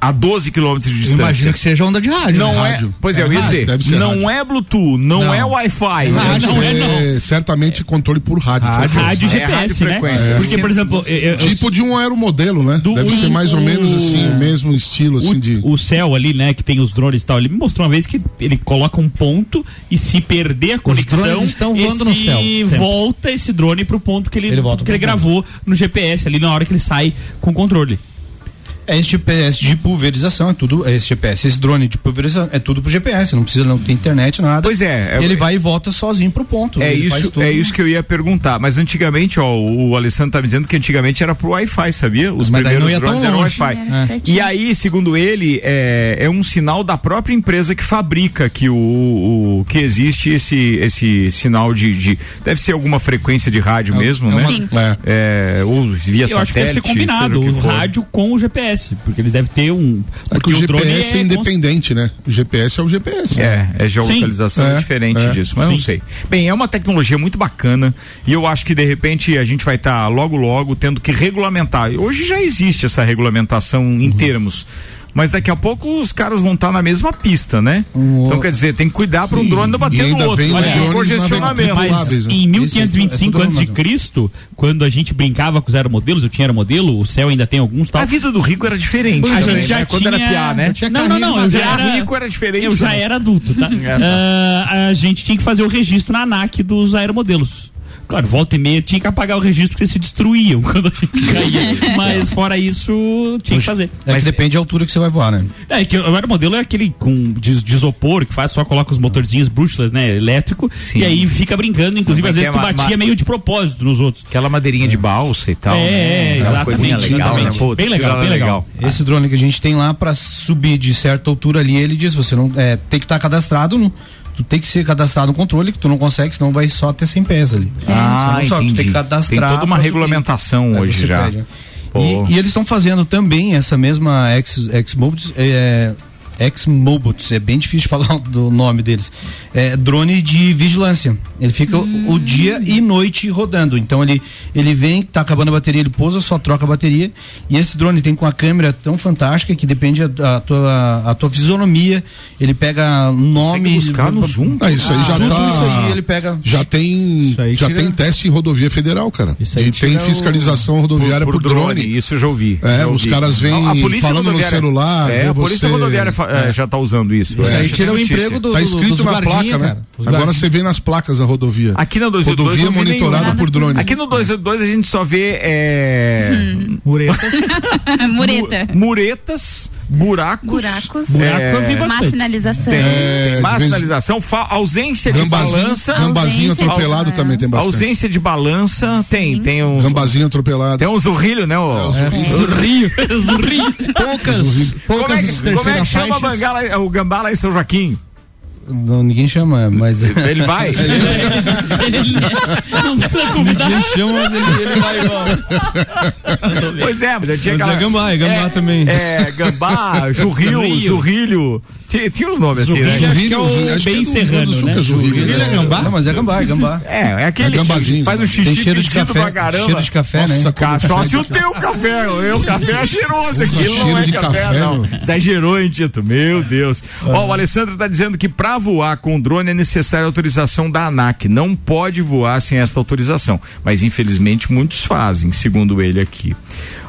[SPEAKER 1] a 12 quilômetros de
[SPEAKER 9] Eu
[SPEAKER 1] distância.
[SPEAKER 9] imagino que seja onda de rádio.
[SPEAKER 1] Não
[SPEAKER 9] né?
[SPEAKER 1] é,
[SPEAKER 6] rádio.
[SPEAKER 1] pois é,
[SPEAKER 6] É
[SPEAKER 1] eu ia
[SPEAKER 6] rádio,
[SPEAKER 1] dizer,
[SPEAKER 6] deve ser
[SPEAKER 1] não
[SPEAKER 6] rádio.
[SPEAKER 1] é Bluetooth, não,
[SPEAKER 9] Não.
[SPEAKER 1] é Wi-Fi.
[SPEAKER 9] Não,
[SPEAKER 1] né?
[SPEAKER 6] Deve
[SPEAKER 9] não é,
[SPEAKER 6] ser Certamente controle por rádio.
[SPEAKER 9] Rádio.
[SPEAKER 6] frequência.
[SPEAKER 4] Rádio
[SPEAKER 1] É
[SPEAKER 4] GPS, né?
[SPEAKER 1] radiofrequência.
[SPEAKER 4] Porque, por exemplo, eu- eu-
[SPEAKER 6] Tipo de um aeromodelo, né?
[SPEAKER 4] Do-
[SPEAKER 6] Deve
[SPEAKER 4] o-
[SPEAKER 6] ser mais ou menos assim,
[SPEAKER 4] o-
[SPEAKER 6] o mesmo estilo, assim, de.
[SPEAKER 4] o, o céu ali, né, que tem os drones e tal, ele me mostrou uma vez que ele coloca um ponto e se perder a conexão,
[SPEAKER 5] drones estão voando
[SPEAKER 4] esse
[SPEAKER 5] no céu, sempre.
[SPEAKER 4] volta esse drone pro ponto que ele,
[SPEAKER 5] Ele volta
[SPEAKER 4] que ele
[SPEAKER 5] pro
[SPEAKER 4] gravou no GPS ali na hora que ele sai com o controle.
[SPEAKER 5] É esse GPS de pulverização, é tudo. É esse GPS, esse drone de pulverização, é tudo pro GPS, não precisa não ter internet, nada.
[SPEAKER 1] Pois é, é-
[SPEAKER 5] Ele vai e volta sozinho pro ponto.
[SPEAKER 1] É
[SPEAKER 5] ele faz
[SPEAKER 1] isso,
[SPEAKER 5] tudo.
[SPEAKER 1] é isso que eu ia perguntar. Mas antigamente, ó, o Alessandro tá me dizendo que antigamente era pro Wi-Fi, sabia? Os
[SPEAKER 5] Mas daí não
[SPEAKER 1] primeiros
[SPEAKER 5] ia tão
[SPEAKER 1] drones eram
[SPEAKER 5] longe. É.
[SPEAKER 1] Wi-Fi.
[SPEAKER 7] Era
[SPEAKER 1] E
[SPEAKER 7] pertinho.
[SPEAKER 1] aí, segundo ele, é, é um sinal da própria empresa que fabrica que o, o- que existe esse, esse sinal de, de- deve ser alguma frequência de rádio mesmo, né?
[SPEAKER 7] Sim.
[SPEAKER 6] É.
[SPEAKER 1] É, ou via
[SPEAKER 4] Eu
[SPEAKER 1] satélite.
[SPEAKER 4] acho que deve ser
[SPEAKER 1] seja
[SPEAKER 4] combinado
[SPEAKER 1] o que
[SPEAKER 4] o
[SPEAKER 1] for.
[SPEAKER 4] rádio com o GPS, porque eles devem ter um.
[SPEAKER 6] É que
[SPEAKER 4] porque
[SPEAKER 6] o GPS é,
[SPEAKER 4] cons-
[SPEAKER 6] independente, né? O GPS é o GPS.
[SPEAKER 1] É, é geolocalização
[SPEAKER 6] Sim. É,
[SPEAKER 1] diferente
[SPEAKER 6] é.
[SPEAKER 1] disso, mas não
[SPEAKER 4] Sim.
[SPEAKER 1] sei. Bem, é uma tecnologia muito bacana e eu acho que de repente a gente vai estar logo logo tendo que regulamentar. Hoje já existe essa regulamentação em termos. Mas daqui a pouco os caras vão estar na mesma pista, né? Então quer dizer, tem que cuidar para um drone não bater
[SPEAKER 6] E
[SPEAKER 1] no
[SPEAKER 6] ainda
[SPEAKER 1] outro.
[SPEAKER 6] vem
[SPEAKER 1] Mas
[SPEAKER 6] os
[SPEAKER 1] é um
[SPEAKER 6] drones
[SPEAKER 1] congestionamento.
[SPEAKER 6] mais
[SPEAKER 1] Mas-
[SPEAKER 6] Prováveis, né?
[SPEAKER 4] Em
[SPEAKER 5] Isso é tudo
[SPEAKER 4] 1525 antes de
[SPEAKER 1] né?
[SPEAKER 5] armado.
[SPEAKER 4] Cristo, quando a gente brincava com os aeromodelos, eu tinha aeromodelo, o céu ainda tem alguns tal.
[SPEAKER 1] A vida do rico era diferente.
[SPEAKER 4] A
[SPEAKER 1] também,
[SPEAKER 4] gente já
[SPEAKER 1] né? Quando era
[SPEAKER 4] tinha-
[SPEAKER 1] piá, né?
[SPEAKER 9] tinha
[SPEAKER 4] Não, não,
[SPEAKER 9] carrinho,
[SPEAKER 4] não. Eu
[SPEAKER 9] mas
[SPEAKER 4] já
[SPEAKER 1] era
[SPEAKER 4] era
[SPEAKER 1] rico, era diferente,
[SPEAKER 4] Eu já
[SPEAKER 1] né?
[SPEAKER 4] era adulto, tá? Ah, a gente tinha que fazer o registro na ANAC dos aeromodelos. Claro, volta e meia tinha que apagar o registro porque eles se destruíam quando a gente
[SPEAKER 7] É,
[SPEAKER 4] caía. Mas fora isso, tinha que fazer.
[SPEAKER 5] É que depende da altura que você vai voar, né?
[SPEAKER 4] É, que o aeromodelo é aquele com de, de isopor que faz, só coloca os motorzinhos brushless, né? Elétrico.
[SPEAKER 1] Sim. é
[SPEAKER 4] E aí fica brincando, inclusive
[SPEAKER 1] Mas
[SPEAKER 4] às vezes
[SPEAKER 1] tem
[SPEAKER 4] tu
[SPEAKER 1] uma-
[SPEAKER 4] batia
[SPEAKER 1] uma-
[SPEAKER 4] meio de propósito nos outros.
[SPEAKER 1] Aquela madeirinha de balsa e tal.
[SPEAKER 4] É, é,
[SPEAKER 1] Aquela coisinha
[SPEAKER 4] exatamente,
[SPEAKER 1] legal, né?
[SPEAKER 4] exatamente.
[SPEAKER 1] Pô,
[SPEAKER 4] Bem legal,
[SPEAKER 1] aquilo
[SPEAKER 4] bem
[SPEAKER 1] era
[SPEAKER 4] legal.
[SPEAKER 5] Esse drone que a gente tem lá pra subir de certa altura ali, ele diz, você não é, tem que estar cadastrado, no- tu tem que ser cadastrado no controle, que tu não consegue, senão vai só até 100 pés ali.
[SPEAKER 1] Ah,
[SPEAKER 5] Você não sobe, tu tem
[SPEAKER 1] entendi.
[SPEAKER 5] que cadastrar.
[SPEAKER 1] Tem toda uma
[SPEAKER 5] pra subir.
[SPEAKER 1] regulamentação
[SPEAKER 5] Aí
[SPEAKER 1] hoje
[SPEAKER 5] você
[SPEAKER 1] já.
[SPEAKER 5] pede, né?
[SPEAKER 1] Pô.
[SPEAKER 5] E, e eles estão fazendo também essa mesma X, X-Mobiles, é, X-Mobots, é bem difícil de falar do nome deles. É drone de vigilância. Ele fica o- o dia e noite rodando. Então ele, ele vem, tá acabando a bateria, ele pousa, só troca a bateria. E esse drone tem com a câmera tão fantástica que depende a, a tua, a tua fisionomia. Ele pega nome.
[SPEAKER 1] buscar no Zoom?
[SPEAKER 6] Ah, isso aí já
[SPEAKER 5] tudo
[SPEAKER 6] tá.
[SPEAKER 5] isso aí, ele pega-
[SPEAKER 6] Já tem,
[SPEAKER 5] aí
[SPEAKER 6] já
[SPEAKER 5] tira-
[SPEAKER 6] tem teste em rodovia federal, cara.
[SPEAKER 5] Isso aí
[SPEAKER 6] e tem
[SPEAKER 5] tira o-
[SPEAKER 6] fiscalização rodoviária por, drone.
[SPEAKER 1] Isso eu já ouvi.
[SPEAKER 6] É,
[SPEAKER 1] já
[SPEAKER 6] os
[SPEAKER 1] ouvi.
[SPEAKER 6] caras vêm
[SPEAKER 1] Não,
[SPEAKER 6] falando no
[SPEAKER 1] rodoviária-
[SPEAKER 6] celular,
[SPEAKER 1] É,
[SPEAKER 6] vê
[SPEAKER 1] a polícia
[SPEAKER 6] você-
[SPEAKER 1] rodoviária fa- é, já tá usando isso.
[SPEAKER 5] Isso
[SPEAKER 1] é.
[SPEAKER 5] aí
[SPEAKER 1] Já
[SPEAKER 5] tira o
[SPEAKER 1] tem notícia.
[SPEAKER 5] emprego do,
[SPEAKER 6] Tá
[SPEAKER 5] do-
[SPEAKER 6] escrito
[SPEAKER 5] dos
[SPEAKER 6] na placa,
[SPEAKER 5] guardinha,
[SPEAKER 6] né?
[SPEAKER 5] cara. Os
[SPEAKER 6] Agora
[SPEAKER 5] guardinha.
[SPEAKER 6] você vê nas placas a rodovia.
[SPEAKER 1] Aqui na 282
[SPEAKER 6] Rodovia
[SPEAKER 1] não vi nenhum, né?
[SPEAKER 6] monitorada
[SPEAKER 1] nada.
[SPEAKER 6] por drone.
[SPEAKER 1] Aqui no 282 a gente só vê é,
[SPEAKER 7] Mureta.
[SPEAKER 1] muretas, buracos.
[SPEAKER 7] Buracos.
[SPEAKER 5] Né?
[SPEAKER 4] Buraco eu vi
[SPEAKER 7] Má
[SPEAKER 4] bastante.
[SPEAKER 7] sinalização.
[SPEAKER 1] É. Tem,
[SPEAKER 6] É,
[SPEAKER 1] tem
[SPEAKER 6] de
[SPEAKER 1] má
[SPEAKER 6] vez-
[SPEAKER 1] sinalização, fa- ausência de
[SPEAKER 6] Gambazinho,
[SPEAKER 1] balança.
[SPEAKER 6] gambazinho
[SPEAKER 7] ausência de
[SPEAKER 6] atropelado
[SPEAKER 7] balança.
[SPEAKER 6] também tem bastante.
[SPEAKER 1] Ausência de balança, tem, tem uns.
[SPEAKER 6] Gambazinho atropelado.
[SPEAKER 1] Tem uns urrilho, né?
[SPEAKER 5] É,
[SPEAKER 1] ô?
[SPEAKER 6] os urrilhos.
[SPEAKER 1] urrilho.
[SPEAKER 4] Zurri.
[SPEAKER 5] Poucas, poucas
[SPEAKER 1] Como é que, como é que
[SPEAKER 5] terceiras
[SPEAKER 1] chama a
[SPEAKER 5] faixas.
[SPEAKER 1] bangala, o gambá lá em São Joaquim?
[SPEAKER 5] Não, ninguém chama, mas.
[SPEAKER 1] Ele vai?
[SPEAKER 4] Ele não precisa convidar.
[SPEAKER 5] Ninguém chama, mas ele, ele vai igual.
[SPEAKER 1] pois é, mas eu tinha
[SPEAKER 5] Mas
[SPEAKER 1] aquela.
[SPEAKER 5] é gambá, é gambá
[SPEAKER 1] É,
[SPEAKER 5] também.
[SPEAKER 1] É, gambá, jurril, zurrilho. Tinha, tinha uns nomes assim,
[SPEAKER 4] Zurrilho.
[SPEAKER 1] né?
[SPEAKER 4] acho que é o
[SPEAKER 6] acho que
[SPEAKER 4] bem
[SPEAKER 6] do-
[SPEAKER 4] serrano,
[SPEAKER 6] do Zucca,
[SPEAKER 4] né?
[SPEAKER 6] Zurrilho,
[SPEAKER 5] Ele é
[SPEAKER 6] né?
[SPEAKER 5] gambá? Não, mas é gambá, é gambá.
[SPEAKER 1] É, é aquele
[SPEAKER 6] É gambazinho.
[SPEAKER 1] que faz um xixi
[SPEAKER 5] Tem cheiro de
[SPEAKER 1] fedido pra
[SPEAKER 5] café.
[SPEAKER 1] caramba.
[SPEAKER 5] Cheiro de café,
[SPEAKER 6] Nossa,
[SPEAKER 5] né?
[SPEAKER 1] Cara,
[SPEAKER 6] como
[SPEAKER 1] só se o
[SPEAKER 6] fede, cara.
[SPEAKER 1] teu café, o meu café é cheiroso aqui,
[SPEAKER 6] Puta,
[SPEAKER 1] não é
[SPEAKER 6] cheiro de
[SPEAKER 1] café,
[SPEAKER 6] café, Ah.
[SPEAKER 1] não.
[SPEAKER 6] meu.
[SPEAKER 1] Isso é gerou, hein, Tito? Meu Deus. Ó, o Alessandro tá dizendo que pra voar com drone é necessária autorização da ANAC, não pode voar sem esta autorização, mas infelizmente muitos fazem, segundo ele aqui.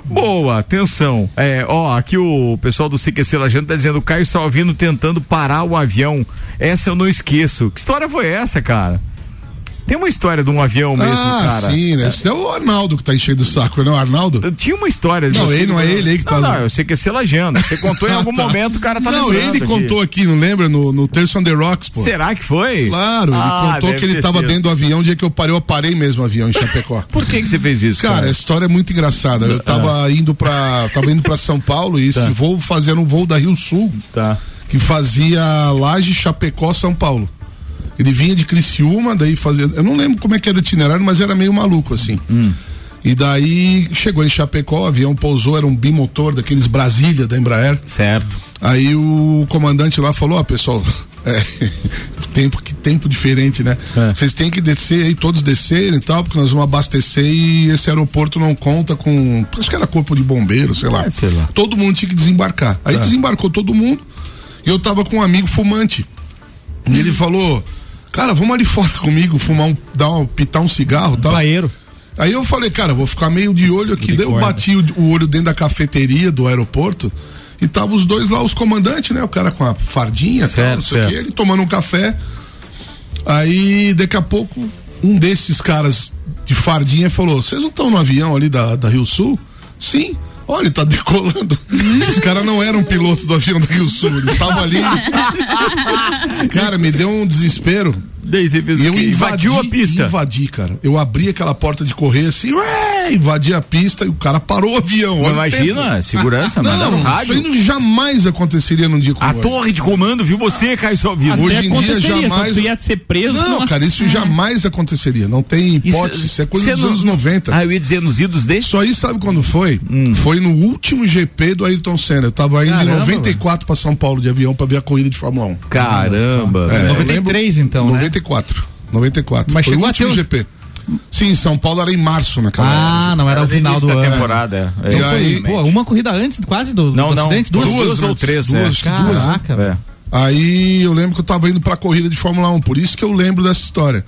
[SPEAKER 1] Boa, atenção. É, ó, aqui o pessoal do CQC Lajano tá dizendo, Caio Salvino tentando parar o avião. Essa eu não esqueço. Que história foi essa, cara? Tem uma história de um avião mesmo,
[SPEAKER 6] Ah,
[SPEAKER 1] cara.
[SPEAKER 6] sim, né? Esse é o Arnaldo que tá enchendo o saco, não? Arnaldo?
[SPEAKER 1] Tinha uma história. de
[SPEAKER 6] Não,
[SPEAKER 1] você
[SPEAKER 6] ele não é ele aí que tá- Ah,
[SPEAKER 1] Não, não, eu sei que é selagendo. Você contou em algum momento, o cara tá
[SPEAKER 6] não,
[SPEAKER 1] lembrando
[SPEAKER 6] ele
[SPEAKER 1] aqui.
[SPEAKER 6] contou aqui, não lembra? No, no Terço on the Rocks, pô.
[SPEAKER 1] Será que foi?
[SPEAKER 6] Claro, ele
[SPEAKER 1] Ah,
[SPEAKER 6] contou
[SPEAKER 1] deve
[SPEAKER 6] que ele
[SPEAKER 1] ter
[SPEAKER 6] tava
[SPEAKER 1] sido.
[SPEAKER 6] dentro do avião, o dia que eu parei, eu parei mesmo o avião em Chapecó.
[SPEAKER 1] Por que que você fez isso, cara?
[SPEAKER 6] Cara, a história é muito engraçada. Eu tava indo pra. tava indo para São Paulo e esse voo fazia um voo da Rio Sul
[SPEAKER 1] Tá.
[SPEAKER 6] que fazia Laje Chapecó São Paulo. Ele vinha de Criciúma, daí fazia, eu não lembro como é que era o itinerário, mas era meio maluco assim. E daí chegou em Chapecó, o avião pousou, era um bimotor daqueles Brasília da Embraer.
[SPEAKER 1] Certo.
[SPEAKER 6] Aí o comandante lá falou: Ó, pessoal, É, tempo, que tempo diferente, né?
[SPEAKER 1] É.
[SPEAKER 6] Vocês têm que descer aí, todos descerem e tal, porque nós vamos abastecer e esse aeroporto não conta com. Acho que era corpo de bombeiro, sei lá.
[SPEAKER 1] É, sei lá. Tá.
[SPEAKER 6] Todo mundo tinha que desembarcar. Aí desembarcou todo mundo e eu tava com um amigo fumante. E ele falou: Cara, vamos ali fora comigo, fumar um. Dar um pitar um cigarro e tal.
[SPEAKER 3] Banheiro.
[SPEAKER 6] Aí eu falei, cara, eu vou ficar meio de olho aqui. Daí eu
[SPEAKER 4] corda.
[SPEAKER 6] bati o, o olho dentro da cafeteria do aeroporto e tava os dois lá, os comandantes, né? O cara com a fardinha, tal,
[SPEAKER 1] Certo,
[SPEAKER 6] Então, não sei o
[SPEAKER 1] certo.
[SPEAKER 6] quê, ele tomando um café. Aí daqui a pouco, um desses caras de fardinha falou: Vocês não estão no avião ali da, da Rio Sul? Sim. Olha, ele tá decolando. Os caras não eram piloto do avião da Rio Sul, eles estavam ali. cara, me deu um desespero.
[SPEAKER 1] Daí você fez
[SPEAKER 6] E
[SPEAKER 1] o
[SPEAKER 6] eu
[SPEAKER 1] quê?
[SPEAKER 6] invadi,
[SPEAKER 1] invadiu a pista.
[SPEAKER 6] Invadi, cara. Eu abri aquela porta de correr assim, ué, invadi a pista e o cara parou o avião.
[SPEAKER 1] Não,
[SPEAKER 6] Olha o tempo.
[SPEAKER 1] imagina, segurança, mandaram
[SPEAKER 6] Não, isso aí
[SPEAKER 1] rádio.
[SPEAKER 6] não jamais aconteceria num dia como
[SPEAKER 1] A
[SPEAKER 6] hoje.
[SPEAKER 1] torre de comando viu
[SPEAKER 6] Ah.
[SPEAKER 1] você, Caio Salvino.
[SPEAKER 6] Hoje em dia,
[SPEAKER 4] aconteceria, só
[SPEAKER 6] jamais-
[SPEAKER 4] que tu ia ser preso.
[SPEAKER 6] Não,
[SPEAKER 4] nossa.
[SPEAKER 6] cara, isso jamais aconteceria. Não tem hipótese. Isso, é coisa
[SPEAKER 1] cê
[SPEAKER 6] dos
[SPEAKER 1] não-
[SPEAKER 6] anos 90.
[SPEAKER 1] Ah, eu ia dizer nos idos de.
[SPEAKER 6] Isso aí sabe quando foi? Foi no último GP do Ayrton Senna. Eu tava indo
[SPEAKER 1] Caramba,
[SPEAKER 6] em 94 pra São Paulo de avião pra ver a corrida de Fórmula 1.
[SPEAKER 1] Caramba.
[SPEAKER 6] É, eu
[SPEAKER 3] 93 então, né?
[SPEAKER 6] 94. 94.
[SPEAKER 3] Mas
[SPEAKER 6] foi
[SPEAKER 3] chegou
[SPEAKER 6] o
[SPEAKER 3] a
[SPEAKER 6] último
[SPEAKER 3] ter um o-
[SPEAKER 6] GP. Sim, em São Paulo era em março naquela época.
[SPEAKER 3] Ah, não, era o
[SPEAKER 1] no
[SPEAKER 3] final
[SPEAKER 1] início
[SPEAKER 3] do
[SPEAKER 1] da
[SPEAKER 3] ano.
[SPEAKER 1] temporada. é.
[SPEAKER 6] E
[SPEAKER 3] Então foi,
[SPEAKER 6] aí-
[SPEAKER 3] pô, uma corrida antes quase do, do
[SPEAKER 1] Não, não.
[SPEAKER 3] acidente?
[SPEAKER 1] Duas,
[SPEAKER 3] Duas?
[SPEAKER 1] ou
[SPEAKER 6] antes,
[SPEAKER 1] três,
[SPEAKER 6] duas,
[SPEAKER 1] é.
[SPEAKER 6] acho que duas, né?
[SPEAKER 3] Caraca, velho.
[SPEAKER 6] Aí eu lembro que eu tava indo pra corrida de Fórmula 1, por isso que eu lembro dessa história.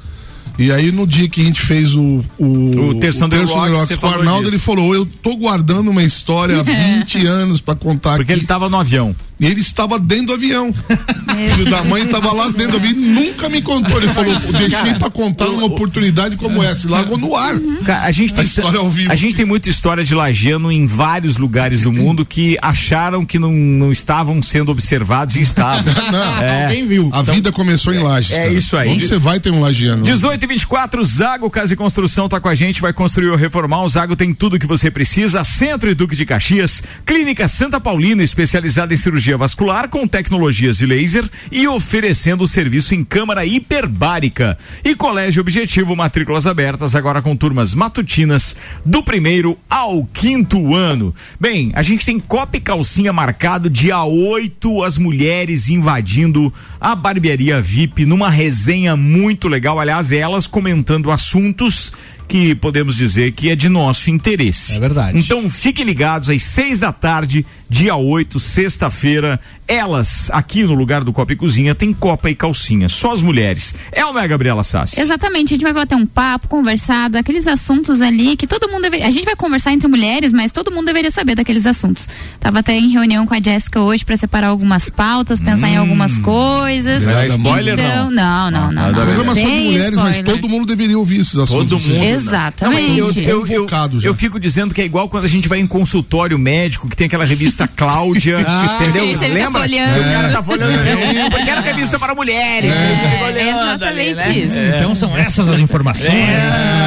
[SPEAKER 6] E aí no dia que a gente fez o
[SPEAKER 1] O Terço Under Rocks, você
[SPEAKER 6] com o
[SPEAKER 1] falou
[SPEAKER 6] Arnaldo,
[SPEAKER 1] disso.
[SPEAKER 6] ele falou: "Eu tô guardando uma história há 20 anos pra contar
[SPEAKER 1] Porque
[SPEAKER 6] aqui."
[SPEAKER 1] ele tava no avião.
[SPEAKER 6] E ele estava dentro do avião. O filho da mãe estava lá dentro do avião e nunca me contou. Ele falou: "Deixei pra contar uma oportunidade como essa", e largou no ar.
[SPEAKER 1] Cara, a gente tem,
[SPEAKER 6] Uhum. história é ao vivo.
[SPEAKER 1] a gente tem muita história de lajano em vários lugares do mundo
[SPEAKER 6] Uhum.
[SPEAKER 1] que acharam que não, não estavam sendo observados e estavam.
[SPEAKER 6] Não. Então,
[SPEAKER 1] é.
[SPEAKER 3] Alguém viu.
[SPEAKER 6] A vida começou em Lages.
[SPEAKER 1] é
[SPEAKER 6] cara.
[SPEAKER 1] isso aí.
[SPEAKER 6] Onde você vai tem um lagiano.
[SPEAKER 1] 18 e 24, Zago Casa e Construção tá com a gente, vai construir ou reformar. O Zago tem tudo que você precisa. Centro e Duque de Caxias, Clínica Santa Paulina, especializada em cirurgia vascular com tecnologias de laser e oferecendo serviço em câmara hiperbárica. E Colégio Objetivo, matrículas abertas agora com turmas matutinas do primeiro ao quinto ano. Bem, a gente tem Copa e Calcinha marcado dia 8, as mulheres invadindo a barbearia VIP numa resenha muito legal. Aliás, é elas comentando assuntos que podemos dizer que é de nosso interesse.
[SPEAKER 3] É verdade.
[SPEAKER 1] Então fiquem ligados às seis da tarde, dia 8, sexta-feira. Elas, aqui no lugar do Copa e Cozinha, tem Copa e Calcinha. Só as mulheres. É ou não é, Gabriela Sassi?
[SPEAKER 7] Exatamente, a gente vai bater um papo, conversar daqueles assuntos ali que todo mundo deveria. A gente vai conversar entre mulheres, mas todo mundo deveria saber daqueles assuntos. Tava até em reunião com a Jéssica hoje pra separar algumas pautas, pensar em algumas coisas.
[SPEAKER 6] Vai
[SPEAKER 1] é
[SPEAKER 6] dar é spoiler,
[SPEAKER 7] então, não, não, não. não,
[SPEAKER 6] O
[SPEAKER 7] não,
[SPEAKER 6] programa Ah, é só de
[SPEAKER 7] Sem
[SPEAKER 6] mulheres, mas
[SPEAKER 7] spoiler.
[SPEAKER 6] todo mundo deveria ouvir esses assuntos.
[SPEAKER 1] Todo
[SPEAKER 6] assim.
[SPEAKER 1] mundo. né?
[SPEAKER 7] Exatamente.
[SPEAKER 1] Eu, eu, eu,
[SPEAKER 6] Convocado já.
[SPEAKER 1] eu fico dizendo que é igual quando a gente vai em consultório médico, que tem aquela revista Cláudia, Ah,
[SPEAKER 6] Ah,
[SPEAKER 1] entendeu?
[SPEAKER 7] Isso, ele tá
[SPEAKER 1] Lembra?
[SPEAKER 7] folheando.
[SPEAKER 1] O cara tá folhando. Eu quero revista para mulheres. Você fica
[SPEAKER 7] É,
[SPEAKER 1] olhando ali,
[SPEAKER 7] exatamente
[SPEAKER 1] né?
[SPEAKER 7] isso.
[SPEAKER 3] Então são essas as informações.
[SPEAKER 1] É.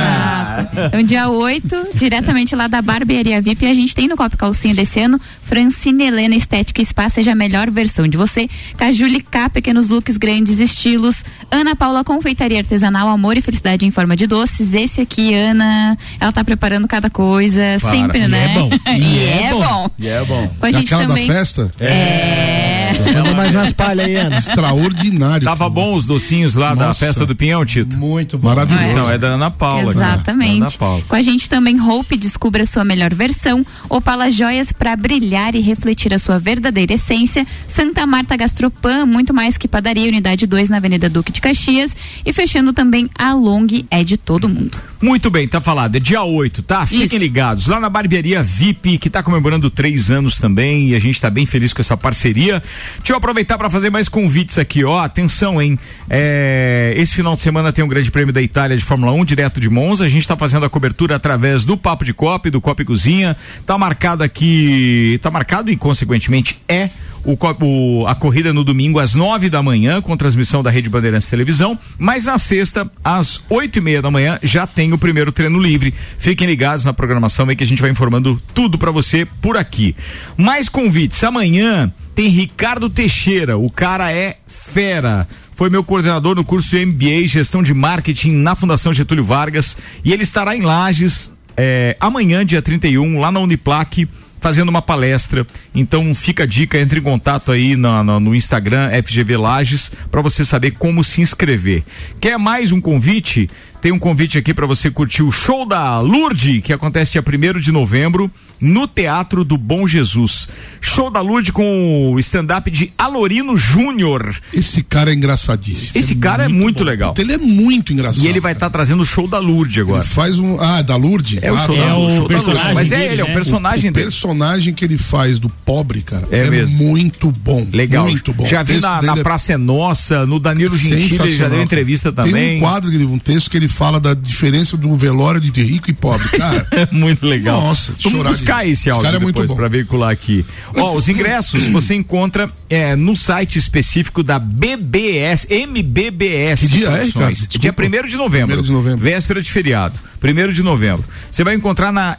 [SPEAKER 7] Então, dia 8, diretamente lá da Barbearia VIP, a gente tem no Copa e Calcinha desse ano, Francine Helena Estética e Spa, seja a melhor versão de você. Cajuli K, pequenos looks, grandes estilos. Ana Paula Confeitaria Artesanal, amor e felicidade em forma de doces. Esse aqui, Ana, ela tá preparando cada coisa, sempre,
[SPEAKER 3] E
[SPEAKER 7] né?
[SPEAKER 3] é bom.
[SPEAKER 7] E é bom.
[SPEAKER 1] E é bom.
[SPEAKER 7] Com a gente
[SPEAKER 6] Naquela
[SPEAKER 7] também. é.
[SPEAKER 6] da festa,
[SPEAKER 1] É.
[SPEAKER 8] É.
[SPEAKER 6] É.
[SPEAKER 10] Manda mais umas palhas aí, Ana.
[SPEAKER 6] extraordinário.
[SPEAKER 1] Tava bom os docinhos lá da
[SPEAKER 6] Nossa.
[SPEAKER 1] festa do Pinhão, Tito?
[SPEAKER 11] Muito bom.
[SPEAKER 6] Maravilhoso.
[SPEAKER 1] Então, é da Ana Paula. cara. Da Ana
[SPEAKER 7] Exatamente.
[SPEAKER 1] Paula.
[SPEAKER 7] Com a gente também, Hope, descubra a sua melhor versão. Opala Joias para brilhar e refletir a sua verdadeira essência. Santa Marta Gastropan, muito mais que padaria, unidade 2 na Avenida Duque de Caxias. E fechando também, a Long é de todo mundo.
[SPEAKER 1] Muito bem, tá falado. É dia 8, tá? Fiquem
[SPEAKER 7] Isso.
[SPEAKER 1] ligados. Lá na barbearia VIP, que tá comemorando três anos também, e a gente tá bem feliz com essa parceria. Deixa eu aproveitar pra fazer mais convites aqui, ó. Atenção, hein? É, esse final de semana tem um grande prêmio da Itália de Fórmula 1, direto de Monza. A gente tá fazendo a cobertura através do Papo de Copa e do Copa e Cozinha. Tá marcado aqui. Tá marcado e, consequentemente, é o, co- o- a corrida no domingo às nove da manhã, com transmissão da Rede Bandeirantes Televisão, mas na sexta, às oito e meia da manhã, já tem o primeiro treino livre. Fiquem ligados na programação aí que a gente vai informando tudo pra você por aqui. Mais convites, amanhã tem Ricardo Teixeira, o cara é fera. Foi meu coordenador no curso MBA Gestão de Marketing na Fundação Getúlio Vargas e ele estará em Lages é, amanhã, dia 31, lá um, na Uniplaque fazendo uma palestra. Então fica a dica, entre em contato aí na- na- no Instagram FGV Lages para você saber como se inscrever. Quer mais um convite? Tem um convite aqui para você curtir o show da Lourdes, que acontece dia 1 de novembro no Teatro do Bom Jesus. Show da Lourdes com o stand-up de Alorino Júnior.
[SPEAKER 6] Esse cara é engraçadíssimo.
[SPEAKER 1] Esse cara é muito legal.
[SPEAKER 6] Ele é muito engraçado.
[SPEAKER 1] E ele vai estar trazendo o show da Lourdes
[SPEAKER 6] Ele
[SPEAKER 1] agora.
[SPEAKER 6] faz um. Ah, da Lourdes?
[SPEAKER 1] É o
[SPEAKER 6] Ah,
[SPEAKER 1] show
[SPEAKER 6] tá.
[SPEAKER 1] da
[SPEAKER 4] é
[SPEAKER 1] Lourdes.
[SPEAKER 4] o
[SPEAKER 1] show da Lourdes.
[SPEAKER 4] personagem
[SPEAKER 1] Mas é
[SPEAKER 4] dele,
[SPEAKER 1] ele, é o
[SPEAKER 4] né?
[SPEAKER 1] personagem
[SPEAKER 6] O
[SPEAKER 1] dele.
[SPEAKER 6] personagem que ele faz do pobre, cara,
[SPEAKER 1] É
[SPEAKER 6] é,
[SPEAKER 1] mesmo.
[SPEAKER 6] muito bom.
[SPEAKER 1] Legal.
[SPEAKER 6] Muito bom.
[SPEAKER 1] Já
[SPEAKER 6] O
[SPEAKER 1] vi
[SPEAKER 6] texto
[SPEAKER 1] na,
[SPEAKER 6] dele
[SPEAKER 1] na
[SPEAKER 6] é
[SPEAKER 1] Praça é Nossa, no Danilo Gentili, ele já
[SPEAKER 6] sensacional,
[SPEAKER 1] deu
[SPEAKER 6] cara.
[SPEAKER 1] entrevista
[SPEAKER 6] Tem
[SPEAKER 1] também.
[SPEAKER 6] um quadro, que ele- um texto que ele fala da diferença do velório de rico e pobre. Cara,
[SPEAKER 1] É Muito legal.
[SPEAKER 6] Nossa, de
[SPEAKER 1] Vamos
[SPEAKER 6] chorar
[SPEAKER 1] buscar
[SPEAKER 6] de-
[SPEAKER 1] esse
[SPEAKER 6] Esse
[SPEAKER 1] áudio
[SPEAKER 6] cara é muito
[SPEAKER 1] depois
[SPEAKER 6] bom.
[SPEAKER 1] para veicular aqui. Ó, os ingressos você encontra é, no site específico da BBS, MBBS.
[SPEAKER 6] Que dia é,
[SPEAKER 1] Produções.
[SPEAKER 6] Ricardo? Desculpa.
[SPEAKER 1] Dia 1 de novembro.
[SPEAKER 6] 1º de novembro.
[SPEAKER 1] Véspera de feriado. 1 de novembro. Você vai encontrar na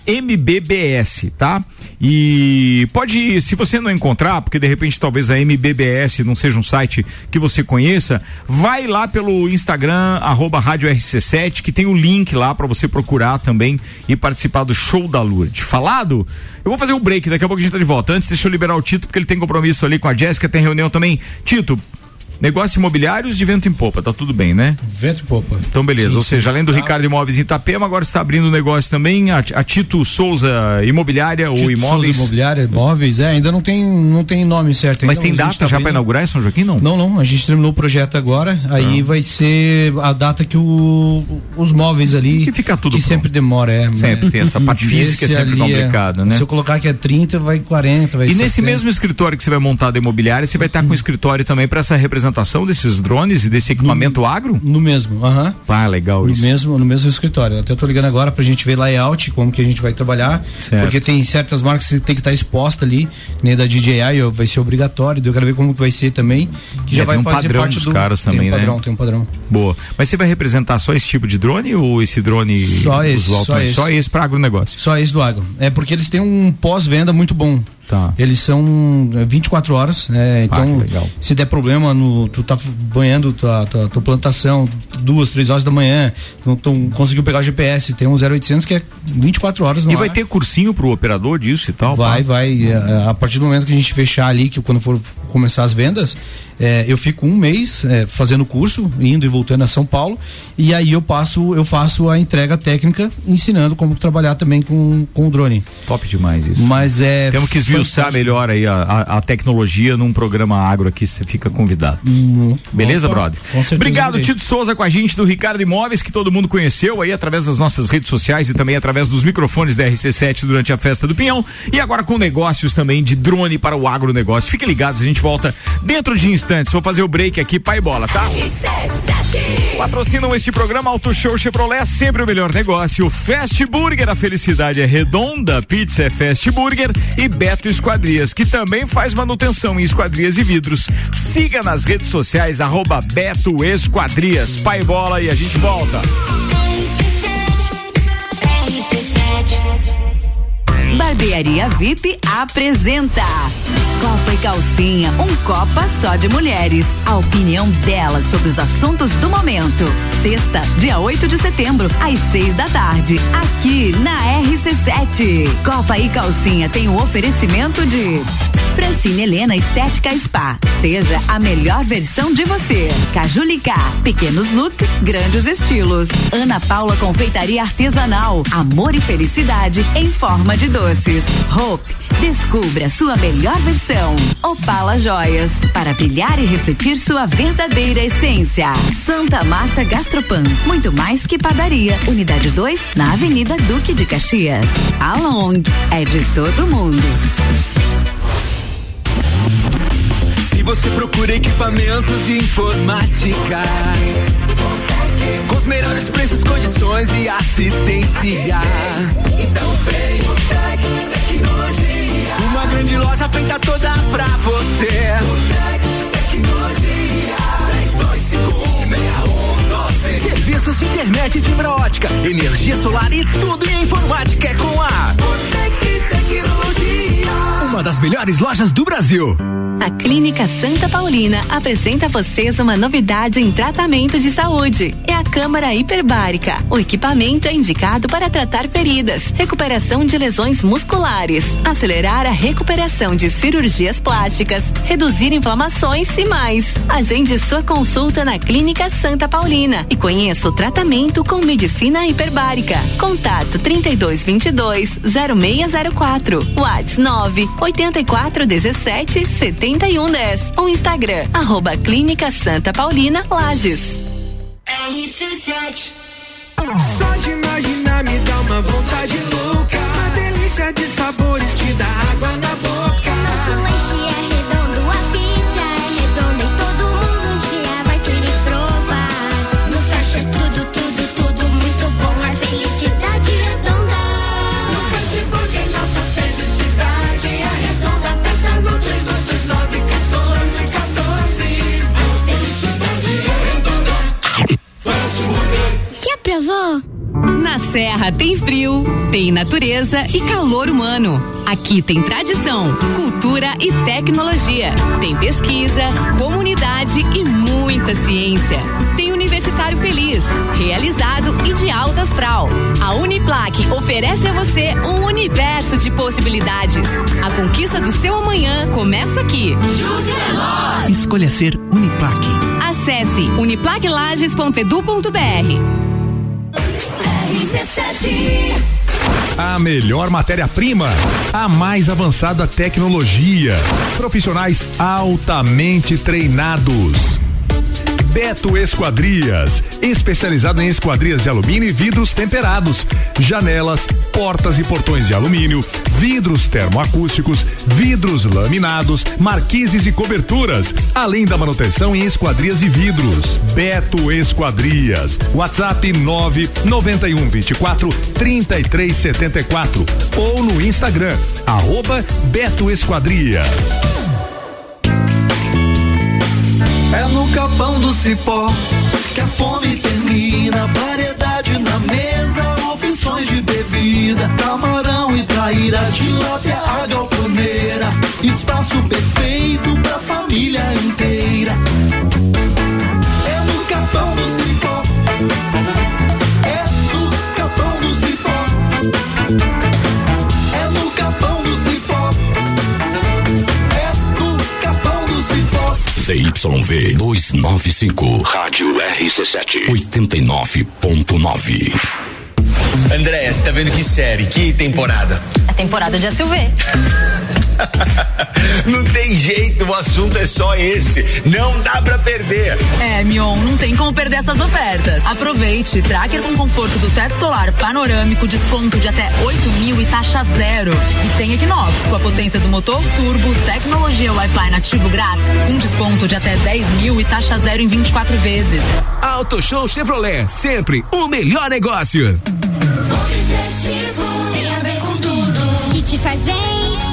[SPEAKER 1] MBBS, tá? E pode ir, se você não encontrar, porque de repente talvez a MBBS não seja um site que você conheça, vai lá pelo Instagram, arroba rádio RC7, que tem o link lá pra você procurar também e participar do show da Lourdes. Falado? Eu vou fazer um break, daqui a pouco a gente tá de volta. Antes, deixa eu liberar o Tito, porque ele tem compromisso ali com a Jéssica, tem reunião também. Tito, negócios imobiliários de vento em popa, tá tudo bem, né?
[SPEAKER 5] Vento e popa.
[SPEAKER 1] Então, beleza. Ou seja, além do Ricardo Imóveis em Itapema, agora está abrindo um negócio também. A, a Tito Souza Imobiliária ou
[SPEAKER 5] Títulos
[SPEAKER 1] Imóveis.
[SPEAKER 5] imobiliária, imóveis, é, ainda não tem, não tem nome certo.
[SPEAKER 1] Mas
[SPEAKER 5] ainda,
[SPEAKER 1] tem
[SPEAKER 5] a gente
[SPEAKER 1] data
[SPEAKER 5] tá
[SPEAKER 1] já para
[SPEAKER 5] vendo.
[SPEAKER 1] inaugurar em São Joaquim? Não. Tá.
[SPEAKER 5] Não, não, a gente terminou o projeto agora, aí vai ser a data que o- os móveis ali.
[SPEAKER 1] Que fica tudo
[SPEAKER 5] Que
[SPEAKER 1] pronto.
[SPEAKER 5] sempre demora, é. mas-
[SPEAKER 1] Sempre tem essa parte física, é
[SPEAKER 5] Esse
[SPEAKER 1] sempre
[SPEAKER 5] ali é-
[SPEAKER 1] complicado, né?
[SPEAKER 5] Se eu colocar que é 30, vai 40, vai Uhum.
[SPEAKER 1] E nesse
[SPEAKER 5] 60.
[SPEAKER 1] mesmo escritório que você vai montar da imobiliária, você vai estar com um escritório também para essa representação desses drones e desse
[SPEAKER 5] Uhum.
[SPEAKER 1] equipamento agro?
[SPEAKER 5] No mesmo, aham.
[SPEAKER 1] Ah, legal
[SPEAKER 5] No
[SPEAKER 1] isso.
[SPEAKER 5] mesmo, no mesmo escritório. Eu Até tô ligando agora pra gente ver layout, como que a gente vai trabalhar.
[SPEAKER 1] Certo.
[SPEAKER 5] Porque tem certas marcas que tem que estar exposta ali, nem da DJI, ó, vai ser obrigatório. Eu quero ver como que vai ser também. Que
[SPEAKER 1] É,
[SPEAKER 5] já vai
[SPEAKER 1] tem um
[SPEAKER 5] fazer
[SPEAKER 1] padrão
[SPEAKER 5] parte
[SPEAKER 1] dos
[SPEAKER 5] do.
[SPEAKER 1] caras
[SPEAKER 5] tem
[SPEAKER 1] também,
[SPEAKER 5] um
[SPEAKER 1] né?
[SPEAKER 5] padrão, tem um padrão.
[SPEAKER 1] Boa. Mas você vai representar só esse tipo de drone ou esse drone
[SPEAKER 5] Só esse,
[SPEAKER 1] usual
[SPEAKER 5] só
[SPEAKER 1] também?
[SPEAKER 5] esse.
[SPEAKER 1] Só esse para agronegócio?
[SPEAKER 5] Só esse do agro. É porque eles têm um pós-venda muito bom.
[SPEAKER 1] Tá.
[SPEAKER 5] Eles são é, 24 horas, né?
[SPEAKER 1] Ah,
[SPEAKER 5] Então,
[SPEAKER 1] que legal.
[SPEAKER 5] se der problema, no, tu tá banhando tua, tua, tua plantação duas, três horas da manhã, não tu conseguiu pegar o GPS, tem um 0800 que é 24 horas no
[SPEAKER 1] E
[SPEAKER 5] ar.
[SPEAKER 1] vai ter cursinho pro operador disso e tal?
[SPEAKER 5] Vai,
[SPEAKER 1] pá?
[SPEAKER 5] vai. é, A- A partir do momento que a gente fechar ali, que quando for começar as vendas, é, eu fico um mês é, fazendo curso, indo e voltando a São Paulo, e aí eu passo, eu faço a entrega técnica, ensinando como trabalhar também com, com o drone.
[SPEAKER 1] Top demais isso.
[SPEAKER 5] Mas é.
[SPEAKER 1] Temos que esmiuçar
[SPEAKER 5] fantástico.
[SPEAKER 1] melhor aí a, a- a tecnologia num programa agro aqui, você fica convidado.
[SPEAKER 5] Hum,
[SPEAKER 1] Beleza,
[SPEAKER 5] Opa,
[SPEAKER 1] brother?
[SPEAKER 5] com certeza
[SPEAKER 1] Obrigado,
[SPEAKER 5] irei.
[SPEAKER 1] Tito Souza, com a gente do Ricardo Imóveis, que todo mundo conheceu aí através das nossas redes sociais e também através dos microfones da RC7 durante a festa do Pinhão. E agora com negócios também de drone para o agronegócio. Fiquem ligados, a gente volta dentro de instantes. Vou fazer o break aqui, pai bola, tá? Patrocinam este programa Auto Show Chevrolet, é sempre o melhor negócio. Fast Burger, a felicidade é redonda. Pizza é Fast Burger e Beto Esquadrias, que também faz manutenção em esquadrias e vidros. Siga nas redes sociais, arroba Beto Esquadrias. Pai bola e a gente volta.
[SPEAKER 12] Barbearia VIP apresenta Copa e Calcinha, um Copa só de mulheres. A opinião delas sobre os assuntos do momento. Sexta, dia 8 de setembro, às 6 da tarde, aqui na RC7. Copa e Calcinha tem o oferecimento de Francine Helena Estética Spa. Seja a melhor versão de você. Cajulicá, pequenos looks, grandes estilos. Ana Paula Confeitaria Artesanal, amor e felicidade em forma de doces. Hope, descubra sua melhor versão. Opala Joias, para brilhar e refletir sua verdadeira essência. Santa Marta Gastropan, muito mais que padaria. Unidade 2, na Avenida Duque de Caxias. A Long é de todo mundo.
[SPEAKER 13] Se você procura equipamentos de informática, com os melhores preços, condições e assistência. Então vem o Tec Tecnologia. Uma grande loja feita toda pra você. um, Serviços de internet, fibra ótica, energia solar e tudo em informática é com a Tec Tecnologia. Uma das melhores lojas do Brasil. A Clínica Santa Paulina apresenta a vocês uma novidade em tratamento de saúde. É a câmara hiperbárica. O equipamento é indicado para tratar feridas, recuperação de lesões musculares, acelerar a recuperação de cirurgias plásticas, reduzir inflamações e mais. Agende sua consulta na Clínica Santa Paulina e conheça o tratamento com medicina hiperbárica. Contato 3222 0604. WhatsApp 9 8417 7110. Ou Instagram, arroba Clínica Santa Paulina Lages.
[SPEAKER 14] RC7 Só de imaginar me dá uma vontade louca. Uma delícia de sabores que dá água na boca.
[SPEAKER 8] Nosso lanche é redondo, a pizza é redonda e todo mundo um dia vai querer provar.
[SPEAKER 14] No Fecha é tudo, tudo, tudo muito bom. A felicidade redonda. No Fecha é Burger, nossa felicidade é redonda. Peça no 3229 1414. A felicidade é redonda. Fecha Burger.
[SPEAKER 8] Se aprovou?
[SPEAKER 13] Na Serra tem frio, tem natureza e calor humano. Aqui tem tradição, cultura e tecnologia. Tem pesquisa, comunidade e muita ciência. Tem universitário feliz, realizado e de alta astral. A Uniplaque oferece a você um universo de possibilidades. A conquista do seu amanhã começa aqui.
[SPEAKER 15] Escolha ser Uniplaque.
[SPEAKER 13] Acesse uniplaquelages.edu.br.
[SPEAKER 16] A melhor matéria-prima, a mais avançada tecnologia, profissionais altamente treinados. Beto Esquadrias, especializado em esquadrias de alumínio e vidros temperados, janelas, portas e portões de alumínio, vidros termoacústicos, vidros laminados, marquises e coberturas, além da manutenção em esquadrias e vidros. Beto Esquadrias, WhatsApp 991 24 3374 ou no Instagram, arroba Beto Esquadrias.
[SPEAKER 14] É no capão do cipó que a fome termina. Variedade na mesa, opções de bebida. Camarão e traíra, tilápia, a galponeira. Espaço perfeito pra família inteira. É no capão do cipó. É no capão do cipó. É no capão do cipó. É no capão do cipó.
[SPEAKER 17] ZYV 295. Rádio RC7. 89.9.
[SPEAKER 18] Andréia, você tá vendo que série, que temporada?
[SPEAKER 19] A temporada de SUV.
[SPEAKER 18] Não tem jeito, o assunto é só esse. Não dá pra perder.
[SPEAKER 19] É, Mion, não tem como perder essas ofertas. Aproveite, tracker com conforto do teto solar panorâmico, desconto de até 8 mil e taxa zero. E tem Equinox, com a potência do motor turbo, tecnologia Wi-Fi nativo grátis, um desconto de até 10 mil e taxa zero em 24 vezes.
[SPEAKER 3] Auto Show Chevrolet, sempre o melhor negócio.
[SPEAKER 8] Objetivo tem a ver com tudo que te faz bem.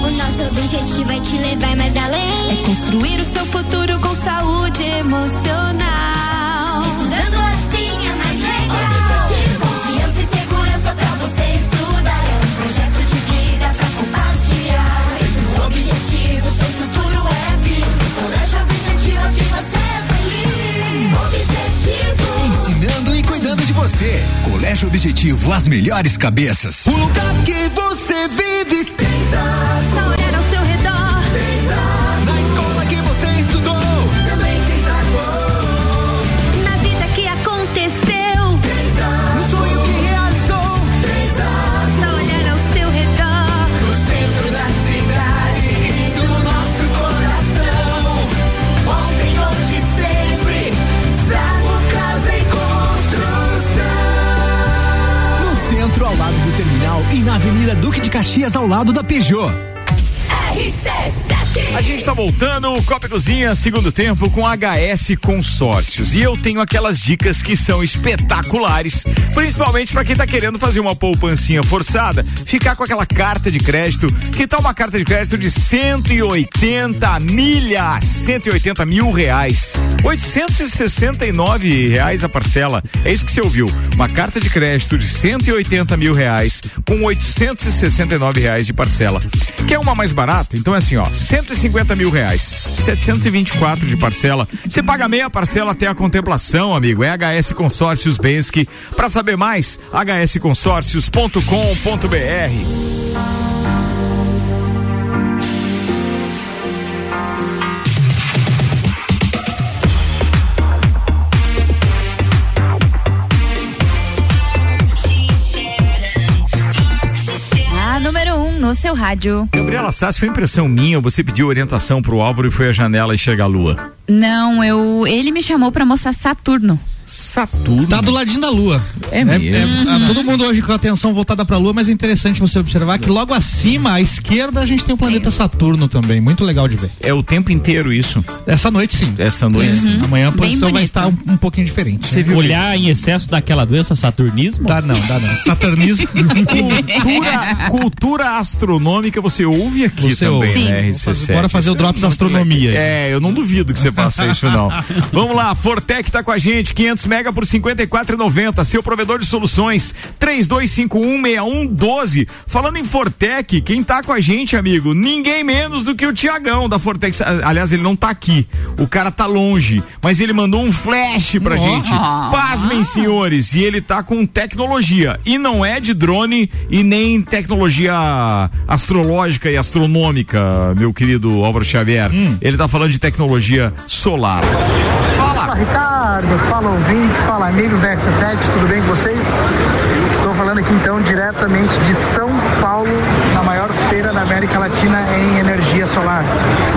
[SPEAKER 8] O nosso objetivo é te levar mais além. É
[SPEAKER 20] Construir o seu futuro com saúde emocional.
[SPEAKER 8] Estudando assim é mais legal. Objetivo, confiança e segurança pra você estudar. É um projeto de vida pra compartilhar. O objetivo, seu futuro é vivo. Colégio objetivo que você é feliz. Objetivo.
[SPEAKER 3] Ensinando e cuidando de você. Colégio Objetivo, as melhores cabeças.
[SPEAKER 14] O lugar que você vive tem
[SPEAKER 20] Olhar ao seu redor,
[SPEAKER 14] Na escola que você estudou também tem sabor.
[SPEAKER 20] na vida que aconteceu.
[SPEAKER 14] No sonho que realizou
[SPEAKER 20] Só olhar ao seu redor,
[SPEAKER 14] no centro da cidade e do nosso coração. Ontem, hoje, sempre, Zago Casa em Construção.
[SPEAKER 3] No centro, ao lado do terminal e na Avenida É Duque de Caxias, ao lado da Peugeot.
[SPEAKER 1] A gente tá voltando, o Copa e Cozinha, segundo tempo, com HS Consórcios. E eu tenho aquelas dicas que são espetaculares, principalmente para quem tá querendo fazer uma poupancinha forçada, ficar com aquela carta de crédito, que tá uma carta de crédito de 180 milhas, 180 mil reais. 869 reais a parcela. É isso que você ouviu. Uma carta de crédito de 180 mil reais com 869 reais de parcela. Quer uma mais barata? Então é assim, ó. 100 150 mil reais. 724 de parcela. Você paga meia parcela até a contemplação, amigo. É HS Consórcios Bensky. Para saber mais, hsconsórcios.com.br.
[SPEAKER 7] A número 1 um no seu rádio.
[SPEAKER 1] Gabriela Sassi, foi impressão minha ou você pediu orientação pro Álvaro e foi à janela e chega a lua?
[SPEAKER 7] Não, eu. Ele me chamou pra mostrar Saturno.
[SPEAKER 1] Saturno?
[SPEAKER 3] Tá do ladinho da Lua.
[SPEAKER 1] É mesmo?
[SPEAKER 3] ah, todo mundo hoje com a atenção voltada pra Lua, mas é interessante você observar que logo acima, à esquerda, a gente tem o planeta Saturno também. Muito legal de ver.
[SPEAKER 1] É o tempo inteiro isso.
[SPEAKER 3] Essa noite, sim.
[SPEAKER 1] Essa noite.
[SPEAKER 3] Sim. Amanhã a posição vai
[SPEAKER 7] bonito.
[SPEAKER 3] estar um, um pouquinho diferente.
[SPEAKER 4] Você viu olhar em excesso daquela doença saturnismo?
[SPEAKER 3] Dá não, dá não. Saturnismo.
[SPEAKER 1] Cultura, cultura astronômica você ouve aqui
[SPEAKER 3] Você
[SPEAKER 1] também,
[SPEAKER 3] ouve.
[SPEAKER 1] né,
[SPEAKER 3] Vamos fazer-
[SPEAKER 1] RC7?
[SPEAKER 3] bora fazer o Drops Astronomia.
[SPEAKER 1] É, eu não duvido que você faça isso não. Vamos lá, Fortec tá com a gente, 500 mega por 54,90, seu provedor de soluções, 32516112. Falando em Fortec, quem tá com a gente, amigo? Ninguém menos do que o Tiagão da Fortec. Ah, Aliás, ele não tá aqui. O cara tá longe, mas ele mandou um flash pra gente. Pasmem, senhores, e ele tá com tecnologia e não é de drone e nem tecnologia astrológica e astronômica, meu querido Álvaro Xavier.
[SPEAKER 3] Hum.
[SPEAKER 1] Ele tá falando de tecnologia solar.
[SPEAKER 21] Fala Ricardo, fala ouvintes, fala amigos da RC7, tudo bem com vocês? Estou falando aqui então diretamente de São Paulo, na maior feira da América Latina em energia solar.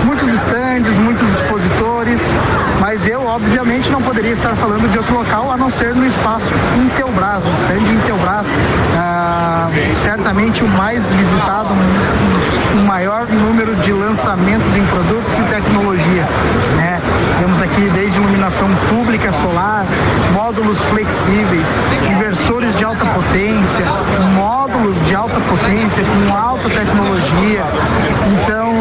[SPEAKER 21] Muitos estandes, muitos expositores, mas eu obviamente não poderia estar falando de outro local a não ser no espaço Intelbras, o estande Intelbras, ah, certamente o mais visitado, um- um- o maior número de lançamentos em produtos e tecnologia, né? Temos aqui desde iluminação pública solar, módulos flexíveis, inversores de alta potência, módulos de alta potência com alta tecnologia. Então,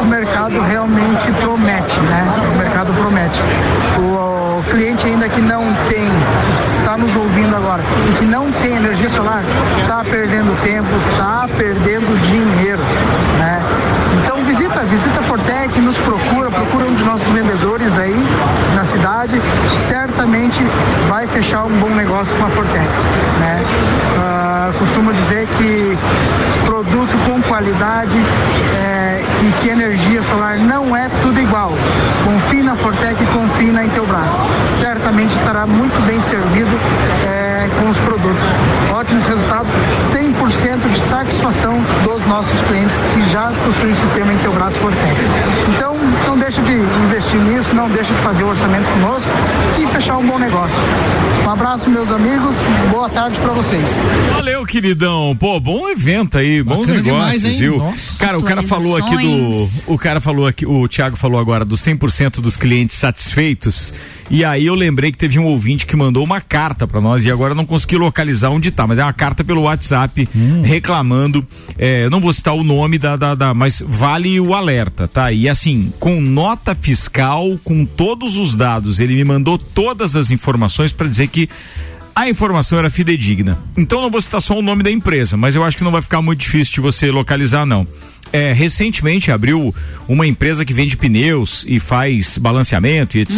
[SPEAKER 21] o mercado realmente promete, né? O mercado promete. O, o cliente ainda que não tem, que está nos ouvindo agora, e que não tem energia solar, está perdendo tempo, está perdendo dinheiro, né? Então visita, visita a Fortec, nos procura, procura um de nossos vendedores aí na cidade, certamente vai fechar um bom negócio com a Fortec, né? Ah, costumo dizer que produto com qualidade é, e que energia solar não é tudo igual. Confie na Fortec, confie na Intelbras. Certamente estará muito bem servido é, com os produtos. Ótimos resultados, 100% de satisfação dos nossos clientes que já possuem o sistema Intelbras Fortec. Então, não deixe de investir nisso, não deixe de fazer o orçamento conosco e fechar um bom negócio. Um abraço, meus amigos, boa tarde para vocês.
[SPEAKER 1] Valeu, queridão. Pô, bom evento aí, bons
[SPEAKER 3] Bacana
[SPEAKER 1] negócios,
[SPEAKER 3] demais, hein?
[SPEAKER 1] viu?
[SPEAKER 3] Nossa.
[SPEAKER 1] Cara, o cara falou aqui do.
[SPEAKER 7] Atualizações.
[SPEAKER 1] O cara falou aqui, o Thiago falou agora dos 100% dos clientes satisfeitos. E aí eu lembrei que teve um ouvinte que mandou uma carta pra nós e agora eu não consegui localizar onde tá, mas é uma carta pelo WhatsApp reclamando. É, eu não vou citar o nome da, da, da- mas vale o alerta, tá? E assim, com nota fiscal, com todos os dados, ele me mandou todas as informações pra dizer que a informação era fidedigna. Então não vou citar só o nome da empresa, mas eu acho que não vai ficar muito difícil de você localizar, não. É, recentemente abriu uma empresa que vende pneus e faz balanceamento e etc.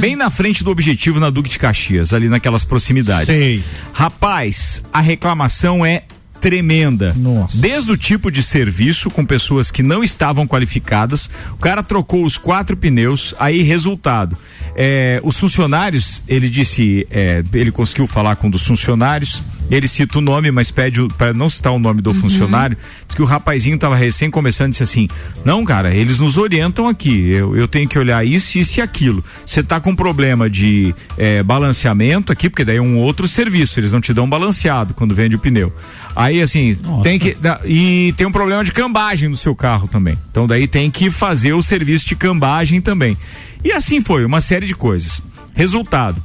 [SPEAKER 1] Bem na frente do objetivo na Duque de Caxias, ali naquelas proximidades.
[SPEAKER 3] Sei.
[SPEAKER 1] Rapaz, a reclamação é tremenda.
[SPEAKER 3] Nossa.
[SPEAKER 1] Desde o tipo de serviço com pessoas que não estavam qualificadas, o cara trocou os quatro pneus, aí resultado. é, os funcionários, ele disse, é, ele conseguiu falar com um dos funcionários, ele cita o nome, mas pede para não citar o nome do funcionário, diz que o rapazinho tava recém começando, disse assim, não cara, eles nos orientam aqui, eu, eu tenho que olhar isso, isso e aquilo. Você tá com problema de é, balanceamento aqui, porque daí é um outro serviço, eles não te dão um balanceado quando vende o pneu. Aí assim, tem que da- e tem um problema de cambagem no seu carro também. Então daí tem que fazer o serviço de cambagem também. E assim foi, uma série de coisas. Resultado,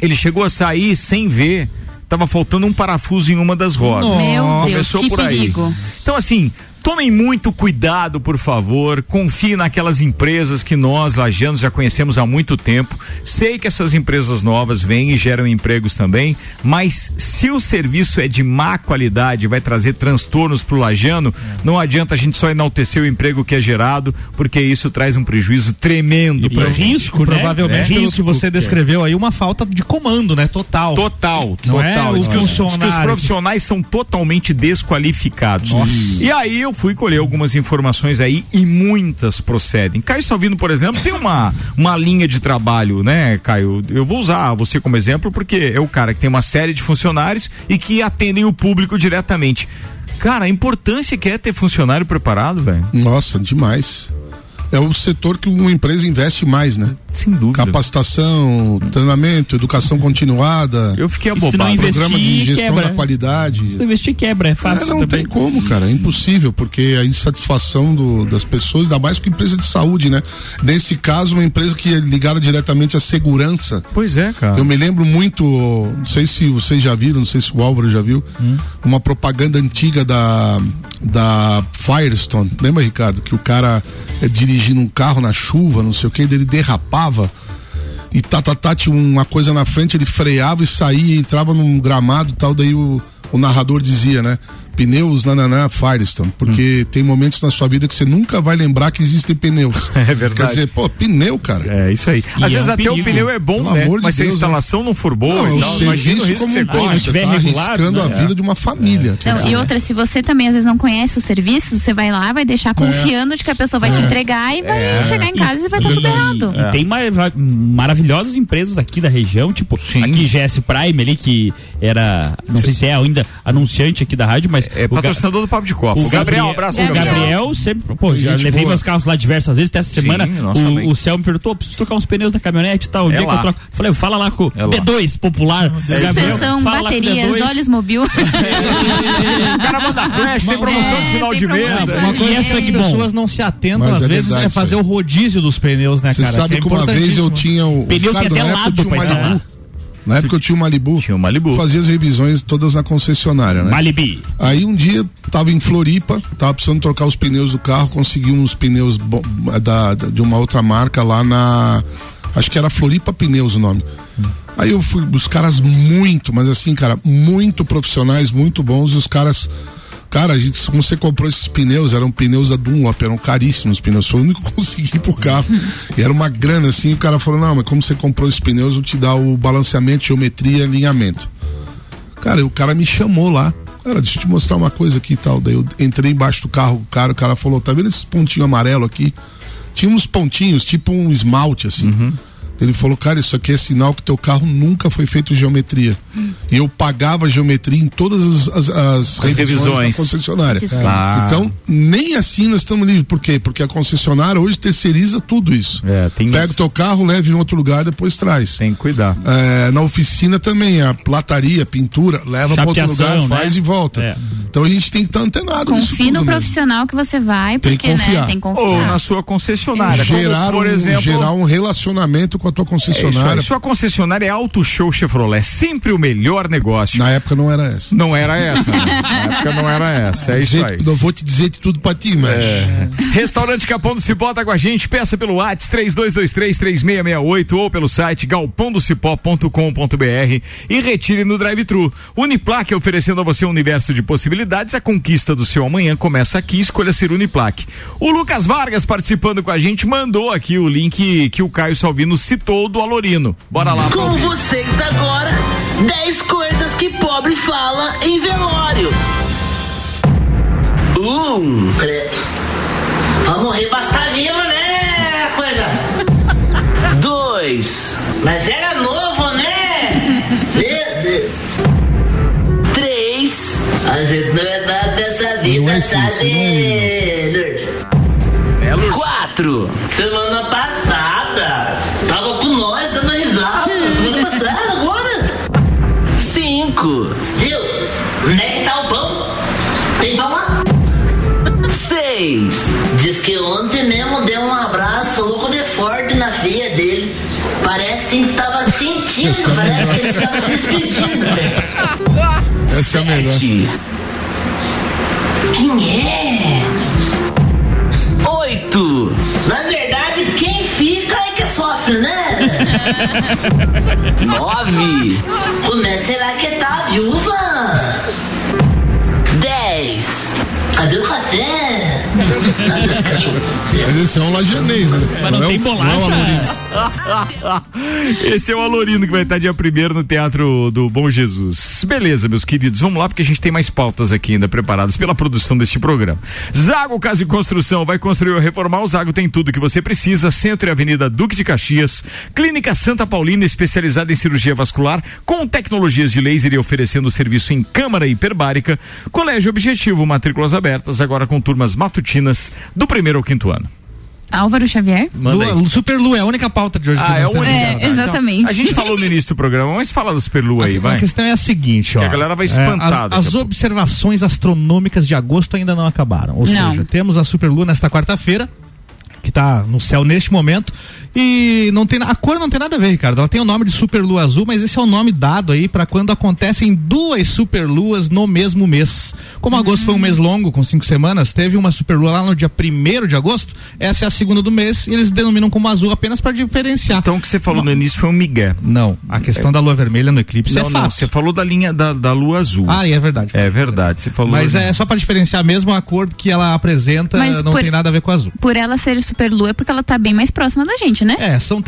[SPEAKER 1] ele chegou a sair sem ver, tava faltando um parafuso em uma das rodas.
[SPEAKER 7] Meu Deus,
[SPEAKER 1] Começou
[SPEAKER 7] que
[SPEAKER 1] por aí.
[SPEAKER 7] perigo.
[SPEAKER 1] Então, assim, Tomem muito cuidado, por favor. Confie naquelas empresas que nós, lajanos, já conhecemos há muito tempo. Sei que essas empresas novas vêm e geram empregos também, mas se o serviço é de má qualidade, vai trazer transtornos para o lajano, não adianta a gente só enaltecer o emprego que é gerado, porque isso traz um prejuízo tremendo
[SPEAKER 3] E
[SPEAKER 1] para
[SPEAKER 3] o risco, né?
[SPEAKER 1] é Né?
[SPEAKER 3] Provavelmente, pelo que é você descreveu aí, uma falta de comando, né? Total.
[SPEAKER 1] Total,
[SPEAKER 3] Não
[SPEAKER 1] total.
[SPEAKER 3] é o
[SPEAKER 1] Diz que, os, diz que os
[SPEAKER 3] funcionário.
[SPEAKER 1] profissionais são totalmente desqualificados. E aí eu fui colher algumas informações aí e muitas procedem. Caio Salvino, por exemplo, tem uma, uma linha de trabalho, né, Caio? Eu vou usar você como exemplo porque é o cara que tem uma série de funcionários e que atendem o público diretamente. Cara, a importância que é ter funcionário preparado, velho.
[SPEAKER 6] Nossa, demais. É o setor que uma empresa investe mais, né?
[SPEAKER 1] Sem dúvida.
[SPEAKER 6] Capacitação, treinamento, educação continuada.
[SPEAKER 1] Eu fiquei
[SPEAKER 4] E se não
[SPEAKER 1] abobado.
[SPEAKER 4] investir,
[SPEAKER 6] Programa de gestão
[SPEAKER 4] quebra.
[SPEAKER 6] da qualidade.
[SPEAKER 4] É. Se investir quebra, é
[SPEAKER 6] É,
[SPEAKER 4] fácil
[SPEAKER 6] não
[SPEAKER 4] também.
[SPEAKER 6] tem como, cara. É impossível, porque a insatisfação do- das pessoas, ainda mais com empresa de saúde, né? Nesse caso, uma empresa que é ligada diretamente à segurança.
[SPEAKER 1] Pois é, cara.
[SPEAKER 6] Eu me lembro muito, não sei se vocês já viram, não sei se o Álvaro já viu,
[SPEAKER 1] Hum.
[SPEAKER 6] uma propaganda antiga da, da Firestone. Lembra, Ricardo? Que o cara eh, dirigindo um carro na chuva, não sei o que, ele derrapava. E tá, tá, tá, tinha uma coisa na frente, ele freava e saía, entrava num gramado e tal, daí o, o narrador dizia, né? Pneus, nananá, Firestone. Porque
[SPEAKER 1] Hum.
[SPEAKER 6] tem momentos na sua vida que você nunca vai lembrar que existem pneus.
[SPEAKER 1] É verdade.
[SPEAKER 6] Quer dizer, pô, pneu, cara.
[SPEAKER 1] É isso aí.
[SPEAKER 4] E
[SPEAKER 1] Às
[SPEAKER 4] é
[SPEAKER 1] vezes
[SPEAKER 4] um
[SPEAKER 1] até o
[SPEAKER 4] perigo.
[SPEAKER 1] pneu é bom,
[SPEAKER 6] Pelo
[SPEAKER 1] né?
[SPEAKER 6] amor de
[SPEAKER 1] Mas se a
[SPEAKER 6] Deus, né?
[SPEAKER 1] instalação não for boa,
[SPEAKER 6] Não,
[SPEAKER 1] então,
[SPEAKER 6] o
[SPEAKER 1] imagina o
[SPEAKER 6] serviço
[SPEAKER 1] risco que
[SPEAKER 6] como
[SPEAKER 1] você
[SPEAKER 6] um
[SPEAKER 1] corre.
[SPEAKER 6] todo,
[SPEAKER 4] não
[SPEAKER 6] você
[SPEAKER 4] tiver
[SPEAKER 6] tá
[SPEAKER 4] regulado,
[SPEAKER 6] arriscando a
[SPEAKER 4] né?
[SPEAKER 6] vida de uma família. quer
[SPEAKER 7] É. Não,
[SPEAKER 6] dizer,
[SPEAKER 7] e outra, se você também às vezes não conhece o serviço, você vai lá, vai deixar confiando de que a pessoa vai
[SPEAKER 1] É.
[SPEAKER 7] te entregar e vai chegar em casa e, vai estar tudo errado.
[SPEAKER 4] E tá tem mara- maravilhosas empresas aqui da região, tipo
[SPEAKER 1] Sim.
[SPEAKER 4] aqui GS Prime ali, que era, não sei se é ainda anunciante aqui da rádio, mas.
[SPEAKER 1] É
[SPEAKER 4] o Ga-
[SPEAKER 1] patrocinador do Papo de Copa.
[SPEAKER 4] o Gabriel,
[SPEAKER 1] abraço
[SPEAKER 4] o
[SPEAKER 1] pro
[SPEAKER 4] Gabriel.
[SPEAKER 1] Gabriel.
[SPEAKER 4] sempre, pô, já
[SPEAKER 6] gente
[SPEAKER 4] levei
[SPEAKER 6] boa.
[SPEAKER 4] meus carros lá diversas vezes, até essa
[SPEAKER 1] Sim,
[SPEAKER 4] semana
[SPEAKER 1] nossa,
[SPEAKER 4] o,
[SPEAKER 1] mãe.
[SPEAKER 4] o Céu me perguntou, preciso trocar uns pneus da caminhonete e tal, o
[SPEAKER 1] É
[SPEAKER 4] dia que
[SPEAKER 1] lá.
[SPEAKER 4] eu troco. Falei, fala lá com o
[SPEAKER 1] É lá.
[SPEAKER 4] D2 popular.
[SPEAKER 7] Suspensão,
[SPEAKER 4] fala lá com o
[SPEAKER 7] baterias,
[SPEAKER 4] D2.
[SPEAKER 7] olhos mobil.
[SPEAKER 1] O cara manda flash, tem promoção de
[SPEAKER 7] É,
[SPEAKER 1] final
[SPEAKER 7] tem
[SPEAKER 1] de mês.
[SPEAKER 7] promoção.
[SPEAKER 3] Uma
[SPEAKER 4] E
[SPEAKER 3] coisa
[SPEAKER 4] essa
[SPEAKER 3] que as
[SPEAKER 4] é bom.
[SPEAKER 3] pessoas não se atentam,
[SPEAKER 6] Mas
[SPEAKER 3] às
[SPEAKER 6] é
[SPEAKER 3] vezes,
[SPEAKER 6] verdade
[SPEAKER 3] é
[SPEAKER 6] isso
[SPEAKER 3] fazer
[SPEAKER 6] aí.
[SPEAKER 3] o rodízio dos pneus, né,
[SPEAKER 6] Você
[SPEAKER 3] cara?
[SPEAKER 6] sabe
[SPEAKER 3] é
[SPEAKER 6] que uma vez eu
[SPEAKER 3] importantíssimo.
[SPEAKER 6] tinha o.
[SPEAKER 4] Pneu
[SPEAKER 6] Ricardo,
[SPEAKER 4] tem até
[SPEAKER 6] na época eu
[SPEAKER 4] lado
[SPEAKER 6] tinha um
[SPEAKER 4] pra instalar.
[SPEAKER 6] Malibu. Na época eu tinha um Malibu.
[SPEAKER 1] Tinha um Malibu.
[SPEAKER 6] Fazia as revisões todas na concessionária, né?
[SPEAKER 4] Malibi.
[SPEAKER 6] Aí um dia tava em Floripa, tava precisando trocar os pneus do carro, consegui uns pneus bo- da, da- de uma outra marca lá na. Acho que era Floripa Pneus o nome. Aí eu fui, os caras muito, mas assim, cara, muito profissionais, muito bons, e os caras. Cara, a gente, como você comprou esses pneus, eram pneus da Dunlop, eram caríssimos os pneus, foi o único que eu consegui pro carro. E era uma grana, assim, o cara falou, não, mas como você comprou esses pneus, eu te dar o balanceamento, geometria, alinhamento. Cara, e o cara me chamou lá. Cara, deixa eu te mostrar uma coisa aqui e tal. Daí eu entrei embaixo do carro do cara, o cara falou, tá vendo esses pontinhos amarelo aqui? Tinha uns pontinhos, tipo um esmalte, assim. Ele falou, cara, isso aqui é sinal que teu carro nunca foi feito geometria. E eu pagava geometria em todas as, as, as
[SPEAKER 1] revisões.
[SPEAKER 6] da concessionária.
[SPEAKER 7] Desculpa.
[SPEAKER 6] Então, nem assim nós estamos livres. Por quê? Porque a concessionária hoje terceiriza tudo isso.
[SPEAKER 1] É, tem
[SPEAKER 6] Pega
[SPEAKER 1] isso.
[SPEAKER 6] o teu carro, leva em outro lugar, depois traz.
[SPEAKER 1] Tem que cuidar.
[SPEAKER 6] É, na oficina também, a plataria, a pintura, leva para outro
[SPEAKER 4] Chapeação,
[SPEAKER 6] lugar,
[SPEAKER 4] né?
[SPEAKER 6] faz e volta.
[SPEAKER 4] É.
[SPEAKER 6] Então a gente tem que estar antenado nisso
[SPEAKER 7] Confie no
[SPEAKER 6] tudo mesmo.
[SPEAKER 7] profissional que você vai,
[SPEAKER 6] Tem que
[SPEAKER 7] porque né,
[SPEAKER 6] confiar.
[SPEAKER 7] tem que
[SPEAKER 1] Ou na
[SPEAKER 7] confiar.
[SPEAKER 1] sua concessionária. Como,
[SPEAKER 6] Gerar,
[SPEAKER 1] por
[SPEAKER 6] um,
[SPEAKER 1] exemplo,
[SPEAKER 6] gerar um relacionamento com a tua
[SPEAKER 1] é isso aí.
[SPEAKER 6] concessionária.
[SPEAKER 1] Sua concessionária é Auto Show Chevrolet. é Sempre o melhor negócio.
[SPEAKER 6] na época não era essa.
[SPEAKER 1] Não era essa. né? Na época não era essa. É isso
[SPEAKER 6] Gente,
[SPEAKER 1] aí. É.
[SPEAKER 6] eu vou te dizer de tudo pra ti, mas.
[SPEAKER 1] Restaurante Capão do Cipó tá com a gente. Peça pelo WhatsApp 32233668 ou pelo site galpondocipó.com.br e retire no drive-thru. Uniplaque oferecendo a você um universo de possibilidades. A conquista do seu amanhã começa aqui. Escolha ser Uniplaque. O Lucas Vargas participando com a gente mandou aqui o link que o Caio Salvino citou do Alorino. Bora lá.
[SPEAKER 10] Com vocês agora, 10 coisas que pobre fala em velório. Um. Preto. Vamos rir pra estar vivo, né? Coisa. Dois. Mas era novo, né? Meu Deus. Três. A gente não é nada dessa vida, tá,
[SPEAKER 6] Não é isso,
[SPEAKER 10] sabe?
[SPEAKER 6] isso não é
[SPEAKER 10] Lourdes? Quatro. Semana passada. Tava com nós dando risada. Semana passada, agora. Cinco. Viu? Onde é que tá o pão? Tem pão lá? Seis. Diz que ontem mesmo deu um abraço louco de forte na filha dele. Parece que tava sentindo,
[SPEAKER 1] né?
[SPEAKER 10] parece que ele tava se despedindo.
[SPEAKER 6] Essa é a melhor.
[SPEAKER 10] Sete. Quem é? Oito. Na verdade, quem fica é que sofre, né? Nove. Como é será que tá a viúva? Dez. Cadê o café?
[SPEAKER 6] Mas esse é um lajanês, né?
[SPEAKER 4] Mas não,
[SPEAKER 6] é
[SPEAKER 4] tem
[SPEAKER 6] um-
[SPEAKER 4] bolacha.
[SPEAKER 6] não é um alumínio.
[SPEAKER 1] Esse é o Alorino que vai estar dia 1 no Teatro do Bom Jesus. Beleza, meus queridos, vamos lá porque a gente tem mais pautas aqui ainda preparadas pela produção deste programa. Zago Casa e Construção vai construir ou reformar. O Zago tem tudo que você precisa. Centro e Avenida Duque de Caxias. Clínica Santa Paulina, especializada em cirurgia vascular, com tecnologias de laser e oferecendo serviço em câmara hiperbárica. Colégio Objetivo, matrículas abertas, agora com turmas matutinas do primeiro ao quinto ano.
[SPEAKER 7] Álvaro Xavier?
[SPEAKER 1] Manda aí.
[SPEAKER 3] Lu- Super Lu é a única pauta de hoje.
[SPEAKER 1] Ah,
[SPEAKER 3] que
[SPEAKER 1] é
[SPEAKER 3] nós
[SPEAKER 1] o único.
[SPEAKER 3] temos.
[SPEAKER 7] É,
[SPEAKER 1] Tá, então,
[SPEAKER 7] exatamente.
[SPEAKER 1] a gente falou no início do programa, mas fala do Superlua aí,
[SPEAKER 3] A
[SPEAKER 1] vai.
[SPEAKER 3] questão é a seguinte, ó.
[SPEAKER 1] a galera vai
[SPEAKER 3] É,
[SPEAKER 1] espantar daqui a
[SPEAKER 3] as as
[SPEAKER 1] pouco.
[SPEAKER 3] observações astronômicas de agosto ainda não acabaram. Ou
[SPEAKER 7] Não.
[SPEAKER 3] seja, temos a superlua nesta quarta-feira, que tá no céu neste momento, e não tem na- a cor não tem nada a ver, Ricardo. Ela tem o nome de superlua azul, mas esse é o nome dado aí para quando acontecem duas superluas no mesmo mês. Como agosto foi um mês longo, com cinco semanas, teve uma superlua lá no dia 1 de agosto, essa é a segunda do mês, e eles denominam como azul apenas para diferenciar.
[SPEAKER 1] Então o que você falou no início foi um migué.
[SPEAKER 3] não, a questão da lua vermelha no eclipse é
[SPEAKER 1] Não,
[SPEAKER 3] fato.
[SPEAKER 1] não, você falou da linha da, da lua azul.
[SPEAKER 3] Ah, é verdade.
[SPEAKER 1] É verdade, você falou.
[SPEAKER 3] Mas
[SPEAKER 1] da-
[SPEAKER 3] é só pra diferenciar mesmo a cor que ela apresenta,
[SPEAKER 7] Mas
[SPEAKER 3] não
[SPEAKER 7] por-
[SPEAKER 3] tem nada a ver com azul.
[SPEAKER 7] Por ela ser superlua é porque ela tá bem mais próxima da gente, né?
[SPEAKER 3] É, são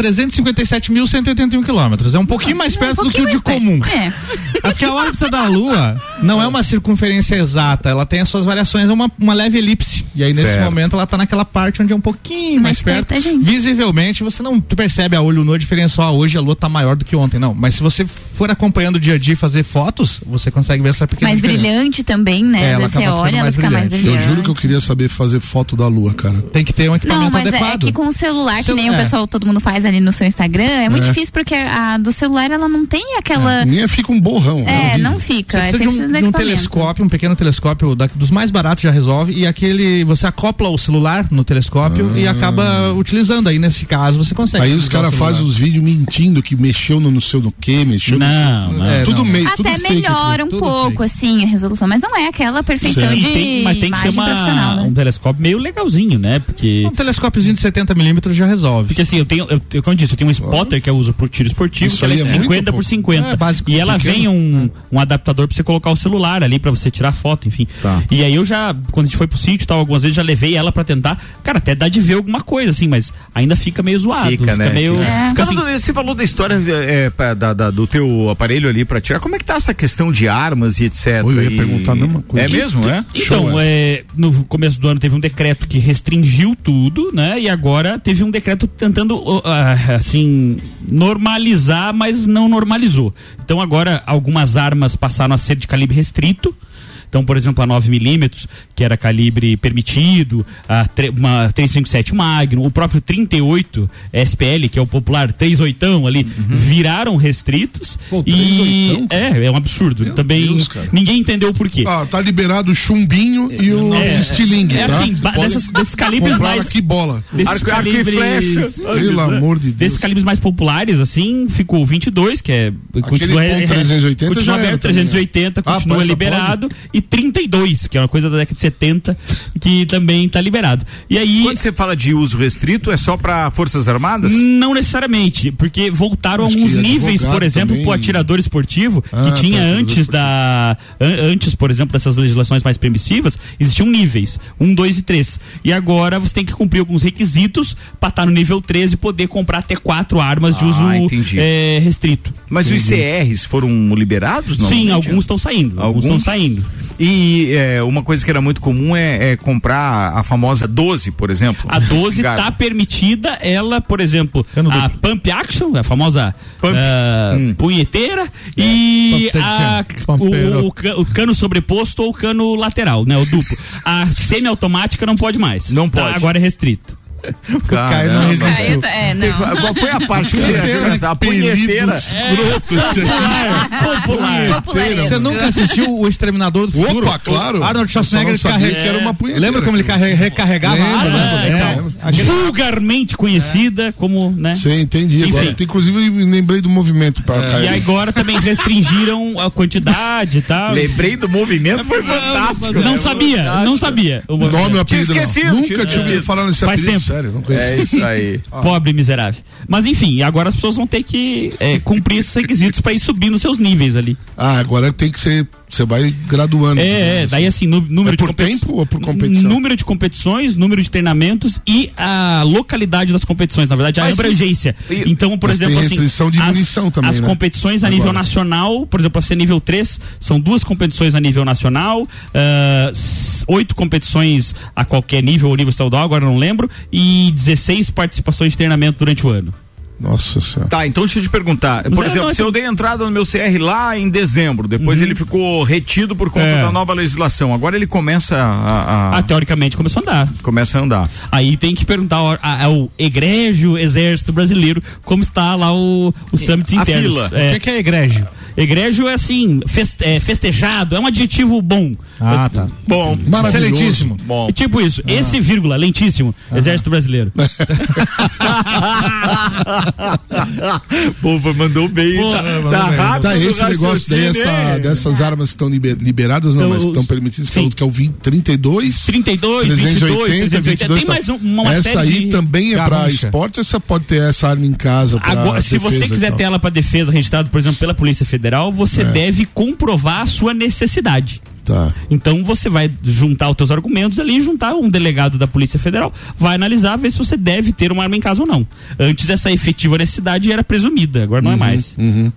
[SPEAKER 3] 357.181 quilômetros. É um pouquinho mais perto
[SPEAKER 7] Um
[SPEAKER 3] do que
[SPEAKER 7] pouquinho
[SPEAKER 3] o de
[SPEAKER 7] mais
[SPEAKER 3] comum.
[SPEAKER 7] perto. É.
[SPEAKER 3] É porque a órbita da Lua não é uma circunferência exata, ela tem as suas variações, é uma, uma leve elipse. E aí, nesse
[SPEAKER 1] Certo.
[SPEAKER 3] momento, ela tá naquela parte onde é um pouquinho
[SPEAKER 7] Mais
[SPEAKER 3] mais, perto.
[SPEAKER 7] perto da gente.
[SPEAKER 3] Visivelmente, você não percebe a olho nu a diferença, ó, hoje a Lua tá maior do que ontem, não. Mas se você for acompanhando o dia a dia e fazer fotos, você consegue ver essa pequena
[SPEAKER 7] Mais
[SPEAKER 3] diferença.
[SPEAKER 7] brilhante também, né?
[SPEAKER 3] É,
[SPEAKER 7] Às
[SPEAKER 3] ela
[SPEAKER 7] vezes você
[SPEAKER 3] acaba
[SPEAKER 7] olha,
[SPEAKER 3] ficando
[SPEAKER 7] ela
[SPEAKER 3] mais
[SPEAKER 7] fica mais
[SPEAKER 6] Eu
[SPEAKER 7] brilhante.
[SPEAKER 6] juro que eu queria saber fazer foto da lua, cara.
[SPEAKER 3] Tem que ter um equipamento
[SPEAKER 7] Não,
[SPEAKER 6] tá
[SPEAKER 7] mas é-
[SPEAKER 3] adequado.
[SPEAKER 7] é que com o celular, que
[SPEAKER 3] Celu-
[SPEAKER 7] nem o
[SPEAKER 3] é.
[SPEAKER 7] pessoal, todo mundo faz ali no seu Instagram, é muito difícil porque a do celular ela não tem aquela.
[SPEAKER 6] Minha fica um borrão.
[SPEAKER 7] É,
[SPEAKER 6] horrível.
[SPEAKER 7] não fica. é,
[SPEAKER 3] Você
[SPEAKER 7] tem
[SPEAKER 3] precisa de um,
[SPEAKER 7] precisar
[SPEAKER 3] de um
[SPEAKER 7] equipamento.
[SPEAKER 3] telescópio, um pequeno telescópio da- dos mais baratos já resolve. E aquele. Você acopla o celular no telescópio e acaba utilizando. Aí nesse caso você consegue.
[SPEAKER 6] Ah. Aí os
[SPEAKER 3] utilizar
[SPEAKER 6] caras
[SPEAKER 3] o celular.
[SPEAKER 6] fazem os vídeos mentindo que mexeu no não sei do que, mexeu
[SPEAKER 4] Não,
[SPEAKER 6] no
[SPEAKER 4] não.
[SPEAKER 3] É,
[SPEAKER 6] tudo
[SPEAKER 3] não.
[SPEAKER 6] meio, tudo
[SPEAKER 7] Até
[SPEAKER 6] fake
[SPEAKER 7] melhora um
[SPEAKER 6] aquilo, tudo
[SPEAKER 7] pouco,
[SPEAKER 6] fake.
[SPEAKER 7] assim, a resolução, mas não é aquela perfeição
[SPEAKER 6] Certo.
[SPEAKER 4] E
[SPEAKER 7] de
[SPEAKER 4] tem- mas tem que ser
[SPEAKER 7] imagem profissional,
[SPEAKER 4] uma,
[SPEAKER 7] né?
[SPEAKER 4] um telescópio meio legalzinho, né? Porque.
[SPEAKER 3] Um telescópiozinho de 70 milímetros já resolve.
[SPEAKER 4] Porque assim, eu tenho, eu, eu, como eu disse, eu tenho um spotter que eu uso por tiro esportivo,
[SPEAKER 6] Isso
[SPEAKER 4] que ela é
[SPEAKER 6] aí é muito
[SPEAKER 4] 50 por
[SPEAKER 6] pouco.
[SPEAKER 4] 50.
[SPEAKER 3] É, básico,
[SPEAKER 4] e ela
[SPEAKER 3] pequeno. É.
[SPEAKER 4] vem um, um adaptador pra você colocar o celular ali, pra você tirar foto, enfim.
[SPEAKER 1] Tá.
[SPEAKER 4] E aí eu já, quando a gente foi pro sítio e tal, algumas vezes já levei ela pra tentar. Cara, até dá de ver alguma coisa, assim, mas ainda fica meio zoado.
[SPEAKER 1] Fica, né?
[SPEAKER 4] meio.
[SPEAKER 7] É,
[SPEAKER 1] Fica.
[SPEAKER 4] Fica assim,
[SPEAKER 1] Falando desse- você falou da história é, pra- da, da- do teu aparelho ali pra tirar. Como é que tá essa questão de armas e etc?
[SPEAKER 6] Oi, eu ia
[SPEAKER 1] E-
[SPEAKER 6] perguntar a mesma coisa.
[SPEAKER 1] É mesmo, é?
[SPEAKER 6] Show
[SPEAKER 4] Então,
[SPEAKER 6] essa.
[SPEAKER 4] é, no começo do ano teve um decreto que restringiu tudo, né? E agora teve um decreto tentando, ó, ah, assim, normalizar, mas não normalizou. Então agora algumas armas passaram a ser de calibre restrito. Então, por exemplo, a 9mm, que era calibre permitido, a tre- uma 357 Magnum, o próprio 38 SPL, que é o popular 38 ali, viraram restritos.
[SPEAKER 6] Uhum. Pô,
[SPEAKER 4] e
[SPEAKER 6] 38, cara?
[SPEAKER 4] é, é um absurdo.
[SPEAKER 6] Meu
[SPEAKER 4] Também
[SPEAKER 6] Deus, cara.
[SPEAKER 4] ninguém entendeu o porquê.
[SPEAKER 6] Ah, tá liberado o chumbinho e o
[SPEAKER 4] É,
[SPEAKER 6] estilingue,
[SPEAKER 4] é
[SPEAKER 6] tá?
[SPEAKER 4] assim,
[SPEAKER 6] Você
[SPEAKER 4] ba-
[SPEAKER 6] pode
[SPEAKER 4] dessas- desses calibres
[SPEAKER 6] comprar
[SPEAKER 4] mais.
[SPEAKER 6] aqui bola.
[SPEAKER 4] desses
[SPEAKER 1] Arco- arco e flecha.
[SPEAKER 4] Ai,
[SPEAKER 6] Pelo
[SPEAKER 4] meu Deus.
[SPEAKER 6] amor de Deus.
[SPEAKER 4] Desses calibres mais populares, assim, ficou 22, que é.
[SPEAKER 6] ponto 380
[SPEAKER 4] continua
[SPEAKER 6] já era
[SPEAKER 4] aberto,
[SPEAKER 6] também,
[SPEAKER 4] 380,
[SPEAKER 6] né? Ah,
[SPEAKER 4] continua
[SPEAKER 6] pode, só
[SPEAKER 4] liberado. E 32, que é uma coisa da década de 70, que também tá liberado. E aí.
[SPEAKER 1] Quando você fala de uso restrito, é só pra Forças Armadas?
[SPEAKER 4] Não necessariamente, porque voltaram
[SPEAKER 6] Acho que é
[SPEAKER 4] alguns níveis,
[SPEAKER 6] advogado
[SPEAKER 4] por exemplo,
[SPEAKER 6] também.
[SPEAKER 4] pro atirador esportivo,
[SPEAKER 6] Ah, tá,
[SPEAKER 4] que tinha
[SPEAKER 6] atirador
[SPEAKER 4] antes da. an- antes, por exemplo, dessas legislações mais permissivas, existiam níveis, um, dois e três. E agora você tem que cumprir alguns requisitos para estar no nível 13 e poder comprar até quatro armas de
[SPEAKER 1] Ah,
[SPEAKER 4] uso
[SPEAKER 1] entendi.
[SPEAKER 4] eh, restrito.
[SPEAKER 1] Mas os CRs foram liberados? Não,
[SPEAKER 4] Sim,
[SPEAKER 1] Não
[SPEAKER 4] alguns
[SPEAKER 1] adianta.
[SPEAKER 4] estão saindo. Alguns estão
[SPEAKER 1] Alguns?
[SPEAKER 4] saindo.
[SPEAKER 1] E é, uma coisa que era muito comum é, é comprar a famosa 12, por exemplo.
[SPEAKER 4] A 12
[SPEAKER 1] Obrigado.
[SPEAKER 4] está permitida, ela, por exemplo,
[SPEAKER 3] Eu não
[SPEAKER 4] a
[SPEAKER 3] dou.
[SPEAKER 4] Pump Action, a famosa
[SPEAKER 1] Pump.
[SPEAKER 4] ah,
[SPEAKER 1] Hum.
[SPEAKER 4] punheteira, e
[SPEAKER 3] Pump
[SPEAKER 4] a-
[SPEAKER 3] action.
[SPEAKER 4] o, o ca- o cano sobreposto ou o cano lateral, né? O duplo. A semiautomática não pode mais.
[SPEAKER 1] Não
[SPEAKER 4] Tá,
[SPEAKER 1] pode.
[SPEAKER 4] agora é restrito.
[SPEAKER 3] Caio não resistiu.
[SPEAKER 22] É, não.
[SPEAKER 1] Qual foi a parte que você A
[SPEAKER 6] Apelido
[SPEAKER 1] punheteira.
[SPEAKER 6] escroto.
[SPEAKER 4] É. Popular.
[SPEAKER 22] Popularesco.
[SPEAKER 3] Você nunca assistiu O Exterminador do Futuro?
[SPEAKER 6] Opa, claro.
[SPEAKER 3] Arnold Schwarzenegger
[SPEAKER 6] Eu só não sabia que
[SPEAKER 3] carrega-
[SPEAKER 6] era uma punheteira.
[SPEAKER 3] Lembra como ele carre- recarregava? a arma? É.
[SPEAKER 4] Ah, então, vulgarmente conhecida como, né?
[SPEAKER 6] Sim, entendi.
[SPEAKER 4] Enfim.
[SPEAKER 6] Agora, inclusive, eu lembrei do movimento para
[SPEAKER 4] É. E
[SPEAKER 6] cair.
[SPEAKER 4] agora também restringiram a quantidade e tal. É,
[SPEAKER 1] Lembrei do movimento, foi fantástico.
[SPEAKER 4] Não
[SPEAKER 1] né?
[SPEAKER 4] sabia, não sabia. O
[SPEAKER 6] Nome,
[SPEAKER 4] movimento.
[SPEAKER 6] o apelido.
[SPEAKER 1] Tinha esquecido,
[SPEAKER 6] não. Nunca
[SPEAKER 1] tinha
[SPEAKER 6] tinha
[SPEAKER 1] esquecido.
[SPEAKER 6] ouvido falar nesse
[SPEAKER 4] Faz
[SPEAKER 6] apelido,
[SPEAKER 4] tempo.
[SPEAKER 6] sério. Não conheço. Ah.
[SPEAKER 1] É isso aí.
[SPEAKER 4] Pobre miserável. Mas enfim, agora as pessoas vão ter que é, cumprir esses requisitos pra ir subindo seus níveis ali.
[SPEAKER 6] Ah, agora tem que ser. Você vai graduando.
[SPEAKER 4] É, é, daí assim, nu- número
[SPEAKER 6] É por
[SPEAKER 4] de competi-
[SPEAKER 6] tempo ou por competição?
[SPEAKER 4] Número de competições, número de treinamentos e a localidade das competições, na verdade, a
[SPEAKER 1] Mas
[SPEAKER 4] abrangência.
[SPEAKER 1] isso-
[SPEAKER 4] Então, por
[SPEAKER 6] Mas tem
[SPEAKER 4] exemplo, assim,
[SPEAKER 6] restrição de munição
[SPEAKER 4] as,
[SPEAKER 6] também,
[SPEAKER 4] as
[SPEAKER 6] né?
[SPEAKER 4] competições a nível
[SPEAKER 6] Agora.
[SPEAKER 4] nacional, por exemplo, a ser nível 3, são duas competições a nível nacional, ah, s- oito competições a qualquer nível ou nível estadual, agora não lembro, e 16 participações de treinamento durante o ano.
[SPEAKER 6] Nossa senhora.
[SPEAKER 1] Tá, então deixa eu te perguntar.
[SPEAKER 4] Mas
[SPEAKER 1] Por
[SPEAKER 4] é,
[SPEAKER 1] exemplo,
[SPEAKER 4] não,
[SPEAKER 1] se eu dei entrada no meu CR lá em dezembro, depois ele ficou retido por conta
[SPEAKER 4] É.
[SPEAKER 1] da nova legislação. Agora ele começa a, a-
[SPEAKER 4] Ah, teoricamente começou a andar.
[SPEAKER 1] começa a andar.
[SPEAKER 4] Aí tem que perguntar ao, a- ao egrégio exército brasileiro como está lá o, os trâmites
[SPEAKER 1] A
[SPEAKER 4] internos.
[SPEAKER 1] fila.
[SPEAKER 4] É,
[SPEAKER 3] O que que é egrégio?
[SPEAKER 4] Egrégio é assim, feste- é, festejado, é um adjetivo bom.
[SPEAKER 3] Ah, tá.
[SPEAKER 1] Bom,
[SPEAKER 6] Maravilhoso.
[SPEAKER 3] Excelentíssimo.
[SPEAKER 1] bom.
[SPEAKER 4] É tipo isso,
[SPEAKER 1] Ah.
[SPEAKER 4] esse vírgula, lentíssimo, exército brasileiro.
[SPEAKER 1] Pô, mandou bem.
[SPEAKER 4] Pô,
[SPEAKER 1] tá,
[SPEAKER 4] mandou
[SPEAKER 1] tá
[SPEAKER 4] bem.
[SPEAKER 1] rápido
[SPEAKER 6] Tá,
[SPEAKER 1] no
[SPEAKER 6] esse negócio daí,
[SPEAKER 1] raciocínio, né?
[SPEAKER 6] essa-
[SPEAKER 1] hein?
[SPEAKER 6] dessas armas que estão liber- liberadas, não,
[SPEAKER 4] Então,
[SPEAKER 6] mas que estão
[SPEAKER 4] os-
[SPEAKER 6] permitidas,
[SPEAKER 4] sim.
[SPEAKER 6] falou que é o 20, 32?
[SPEAKER 4] 32, 22, 380, tem mais um- uma
[SPEAKER 6] tá. Essa
[SPEAKER 4] série
[SPEAKER 6] aí
[SPEAKER 4] de-
[SPEAKER 6] também é pra
[SPEAKER 3] Garrucha.
[SPEAKER 6] esporte ou você pode ter essa arma em casa? pra
[SPEAKER 4] Agora, se
[SPEAKER 6] defesa
[SPEAKER 4] você
[SPEAKER 6] e
[SPEAKER 4] quiser
[SPEAKER 6] tal? É.
[SPEAKER 4] ter ela para defesa registrada, por exemplo, pela Polícia Federal, você deve comprovar a sua necessidade.
[SPEAKER 6] Tá.
[SPEAKER 4] Então você vai juntar os teus argumentos ali, juntar um delegado da Polícia Federal, vai analisar, ver se você deve ter uma arma em casa ou não. Antes essa efetiva necessidade era presumida, agora não é mais.
[SPEAKER 1] Muito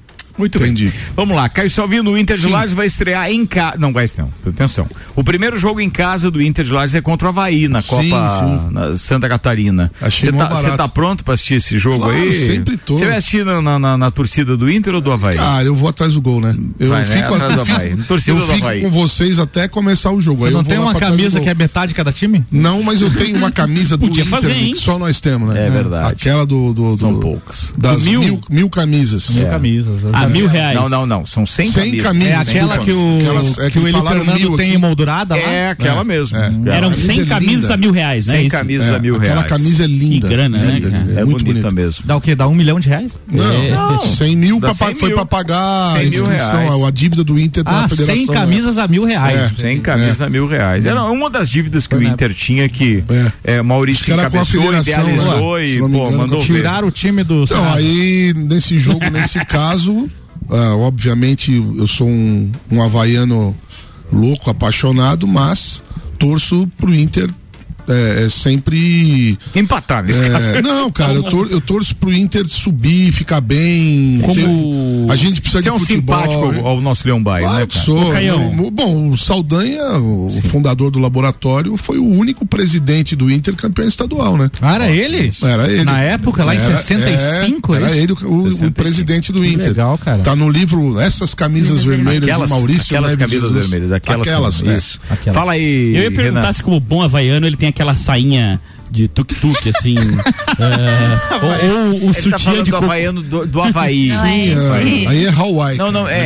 [SPEAKER 6] Uhum, Entendi.
[SPEAKER 1] bem. Vamos lá, Caio Salvino, o Inter de Lages vai estrear em casa. Não vai não, atenção. O primeiro jogo em casa do Inter de Lages é contra o Havaí na
[SPEAKER 6] Sim,
[SPEAKER 1] Copa
[SPEAKER 6] sim.
[SPEAKER 1] na Santa Catarina. Você
[SPEAKER 6] Achei mó
[SPEAKER 1] tá,
[SPEAKER 6] barato.
[SPEAKER 1] cê tá pronto pra assistir esse jogo
[SPEAKER 6] Claro,
[SPEAKER 1] aí?
[SPEAKER 6] sempre tô.
[SPEAKER 1] Você vai assistir na, na- na- na torcida do Inter ou do Havaí?
[SPEAKER 6] Ah, eu vou atrás do gol, né? Eu
[SPEAKER 1] Vai, né?
[SPEAKER 6] fico,
[SPEAKER 1] Atrás do
[SPEAKER 6] eu fico-
[SPEAKER 1] Havaí. Torcida
[SPEAKER 6] eu
[SPEAKER 1] do Havaí.
[SPEAKER 6] fico com vocês até começar o jogo.
[SPEAKER 3] Você
[SPEAKER 6] aí eu
[SPEAKER 3] não
[SPEAKER 6] vou
[SPEAKER 3] tem
[SPEAKER 6] lá
[SPEAKER 3] uma
[SPEAKER 6] pra trás do
[SPEAKER 3] camisa
[SPEAKER 6] gol.
[SPEAKER 3] que é metade de cada time?
[SPEAKER 6] Não, mas eu tenho uma camisa do
[SPEAKER 4] Podia
[SPEAKER 6] Inter
[SPEAKER 4] fazer, hein?
[SPEAKER 6] que só nós temos, né?
[SPEAKER 1] É verdade.
[SPEAKER 6] Aquela do. do, do
[SPEAKER 1] São poucas.
[SPEAKER 6] Das
[SPEAKER 4] Do mil?
[SPEAKER 6] mil? Mil, camisas.
[SPEAKER 3] Mil camisas.
[SPEAKER 4] A É. Ah, mil reais.
[SPEAKER 1] Não, não, não. São 100
[SPEAKER 6] Cem
[SPEAKER 1] camisas.
[SPEAKER 6] camisas.
[SPEAKER 3] É
[SPEAKER 6] Desculpa.
[SPEAKER 3] aquela que o,
[SPEAKER 6] Aquelas- é
[SPEAKER 3] que
[SPEAKER 6] que
[SPEAKER 3] o Eli
[SPEAKER 6] falaram
[SPEAKER 3] Fernando
[SPEAKER 6] mil
[SPEAKER 3] tem
[SPEAKER 6] aqui.
[SPEAKER 3] emoldurada lá?
[SPEAKER 1] É aquela
[SPEAKER 6] É,
[SPEAKER 1] mesmo.
[SPEAKER 6] é.
[SPEAKER 1] É.
[SPEAKER 4] Eram
[SPEAKER 6] camisa
[SPEAKER 4] 100
[SPEAKER 6] é
[SPEAKER 4] camisas
[SPEAKER 6] linda.
[SPEAKER 4] a mil reais, né?
[SPEAKER 1] 100
[SPEAKER 4] Isso.
[SPEAKER 1] camisas
[SPEAKER 3] É.
[SPEAKER 1] a mil
[SPEAKER 6] aquela
[SPEAKER 1] reais.
[SPEAKER 6] camisa é linda.
[SPEAKER 4] Que grana, né,
[SPEAKER 6] Linda,
[SPEAKER 4] cara?
[SPEAKER 6] linda,
[SPEAKER 1] É
[SPEAKER 6] muito
[SPEAKER 1] bonita
[SPEAKER 6] bonita.
[SPEAKER 1] mesmo.
[SPEAKER 3] Dá o quê? Dá um milhão de reais? É.
[SPEAKER 6] Não, 100 mil,
[SPEAKER 1] Dá
[SPEAKER 6] pra pa-
[SPEAKER 1] 100
[SPEAKER 6] foi
[SPEAKER 1] mil.
[SPEAKER 6] pra pagar
[SPEAKER 1] 100
[SPEAKER 6] a
[SPEAKER 1] mil reais.
[SPEAKER 6] inscrição, a, a dívida do Inter
[SPEAKER 3] Ah,
[SPEAKER 6] da federação.
[SPEAKER 3] 100
[SPEAKER 6] né? É.
[SPEAKER 3] camisas a mil reais.
[SPEAKER 1] Sem camisa, mil reais. Era uma das dívidas que o Inter tinha que é. Maurício
[SPEAKER 6] Acho que era com a
[SPEAKER 1] encabeçou,
[SPEAKER 6] federação,
[SPEAKER 1] idealizou
[SPEAKER 6] né?
[SPEAKER 1] e
[SPEAKER 6] Se não me
[SPEAKER 1] pô,
[SPEAKER 6] engano,
[SPEAKER 1] mandou ver.
[SPEAKER 3] Tirar o time do.
[SPEAKER 6] Então,
[SPEAKER 3] Senado.
[SPEAKER 6] aí, nesse jogo, nesse caso, ah, obviamente eu sou um, um havaiano louco, apaixonado, mas torço pro Inter é, é sempre.
[SPEAKER 1] Empatar nesse
[SPEAKER 6] é,
[SPEAKER 1] caso.
[SPEAKER 6] não, cara, eu, tor eu torço pro Inter subir, ficar bem.
[SPEAKER 4] Como-
[SPEAKER 6] A gente precisa
[SPEAKER 1] Você é
[SPEAKER 6] de
[SPEAKER 1] um
[SPEAKER 6] futebol.
[SPEAKER 1] simpático ao, ao nosso Leão Baio, né,
[SPEAKER 6] Claro que
[SPEAKER 1] cara?
[SPEAKER 6] sou.
[SPEAKER 4] Ô, Caião.
[SPEAKER 6] Não, Bom, o Saldanha, o fundador do laboratório, foi o único presidente do Inter campeão estadual, né?
[SPEAKER 3] Ah, era ele?
[SPEAKER 6] Era ele.
[SPEAKER 3] Na época, lá em
[SPEAKER 6] Era-
[SPEAKER 3] 65,
[SPEAKER 6] é,
[SPEAKER 3] era,
[SPEAKER 6] era,
[SPEAKER 3] isso?
[SPEAKER 6] ele o- o, o presidente do Inter.
[SPEAKER 3] legal, cara.
[SPEAKER 6] Tá no livro Essas Camisas Vermelhas
[SPEAKER 1] Aquelas,
[SPEAKER 6] de Maurício
[SPEAKER 1] aquelas
[SPEAKER 6] Neves
[SPEAKER 1] camisas
[SPEAKER 6] é Jesus.
[SPEAKER 1] vermelhas, aquelas,
[SPEAKER 6] Aquelas,
[SPEAKER 1] camisas,
[SPEAKER 6] é.
[SPEAKER 1] isso. Fala aí.
[SPEAKER 4] Eu ia perguntar
[SPEAKER 1] Renan.
[SPEAKER 4] se como bom havaiano ele tem aquela sainha de tuk-tuk, assim. é, ou, ou o
[SPEAKER 1] Ele tá
[SPEAKER 4] sutiã
[SPEAKER 1] falando
[SPEAKER 4] de
[SPEAKER 1] do
[SPEAKER 4] coco-
[SPEAKER 1] Havaiano do, do Havaí.
[SPEAKER 22] Não é isso.
[SPEAKER 6] É, aí é Hawaii.
[SPEAKER 1] Não, não, é,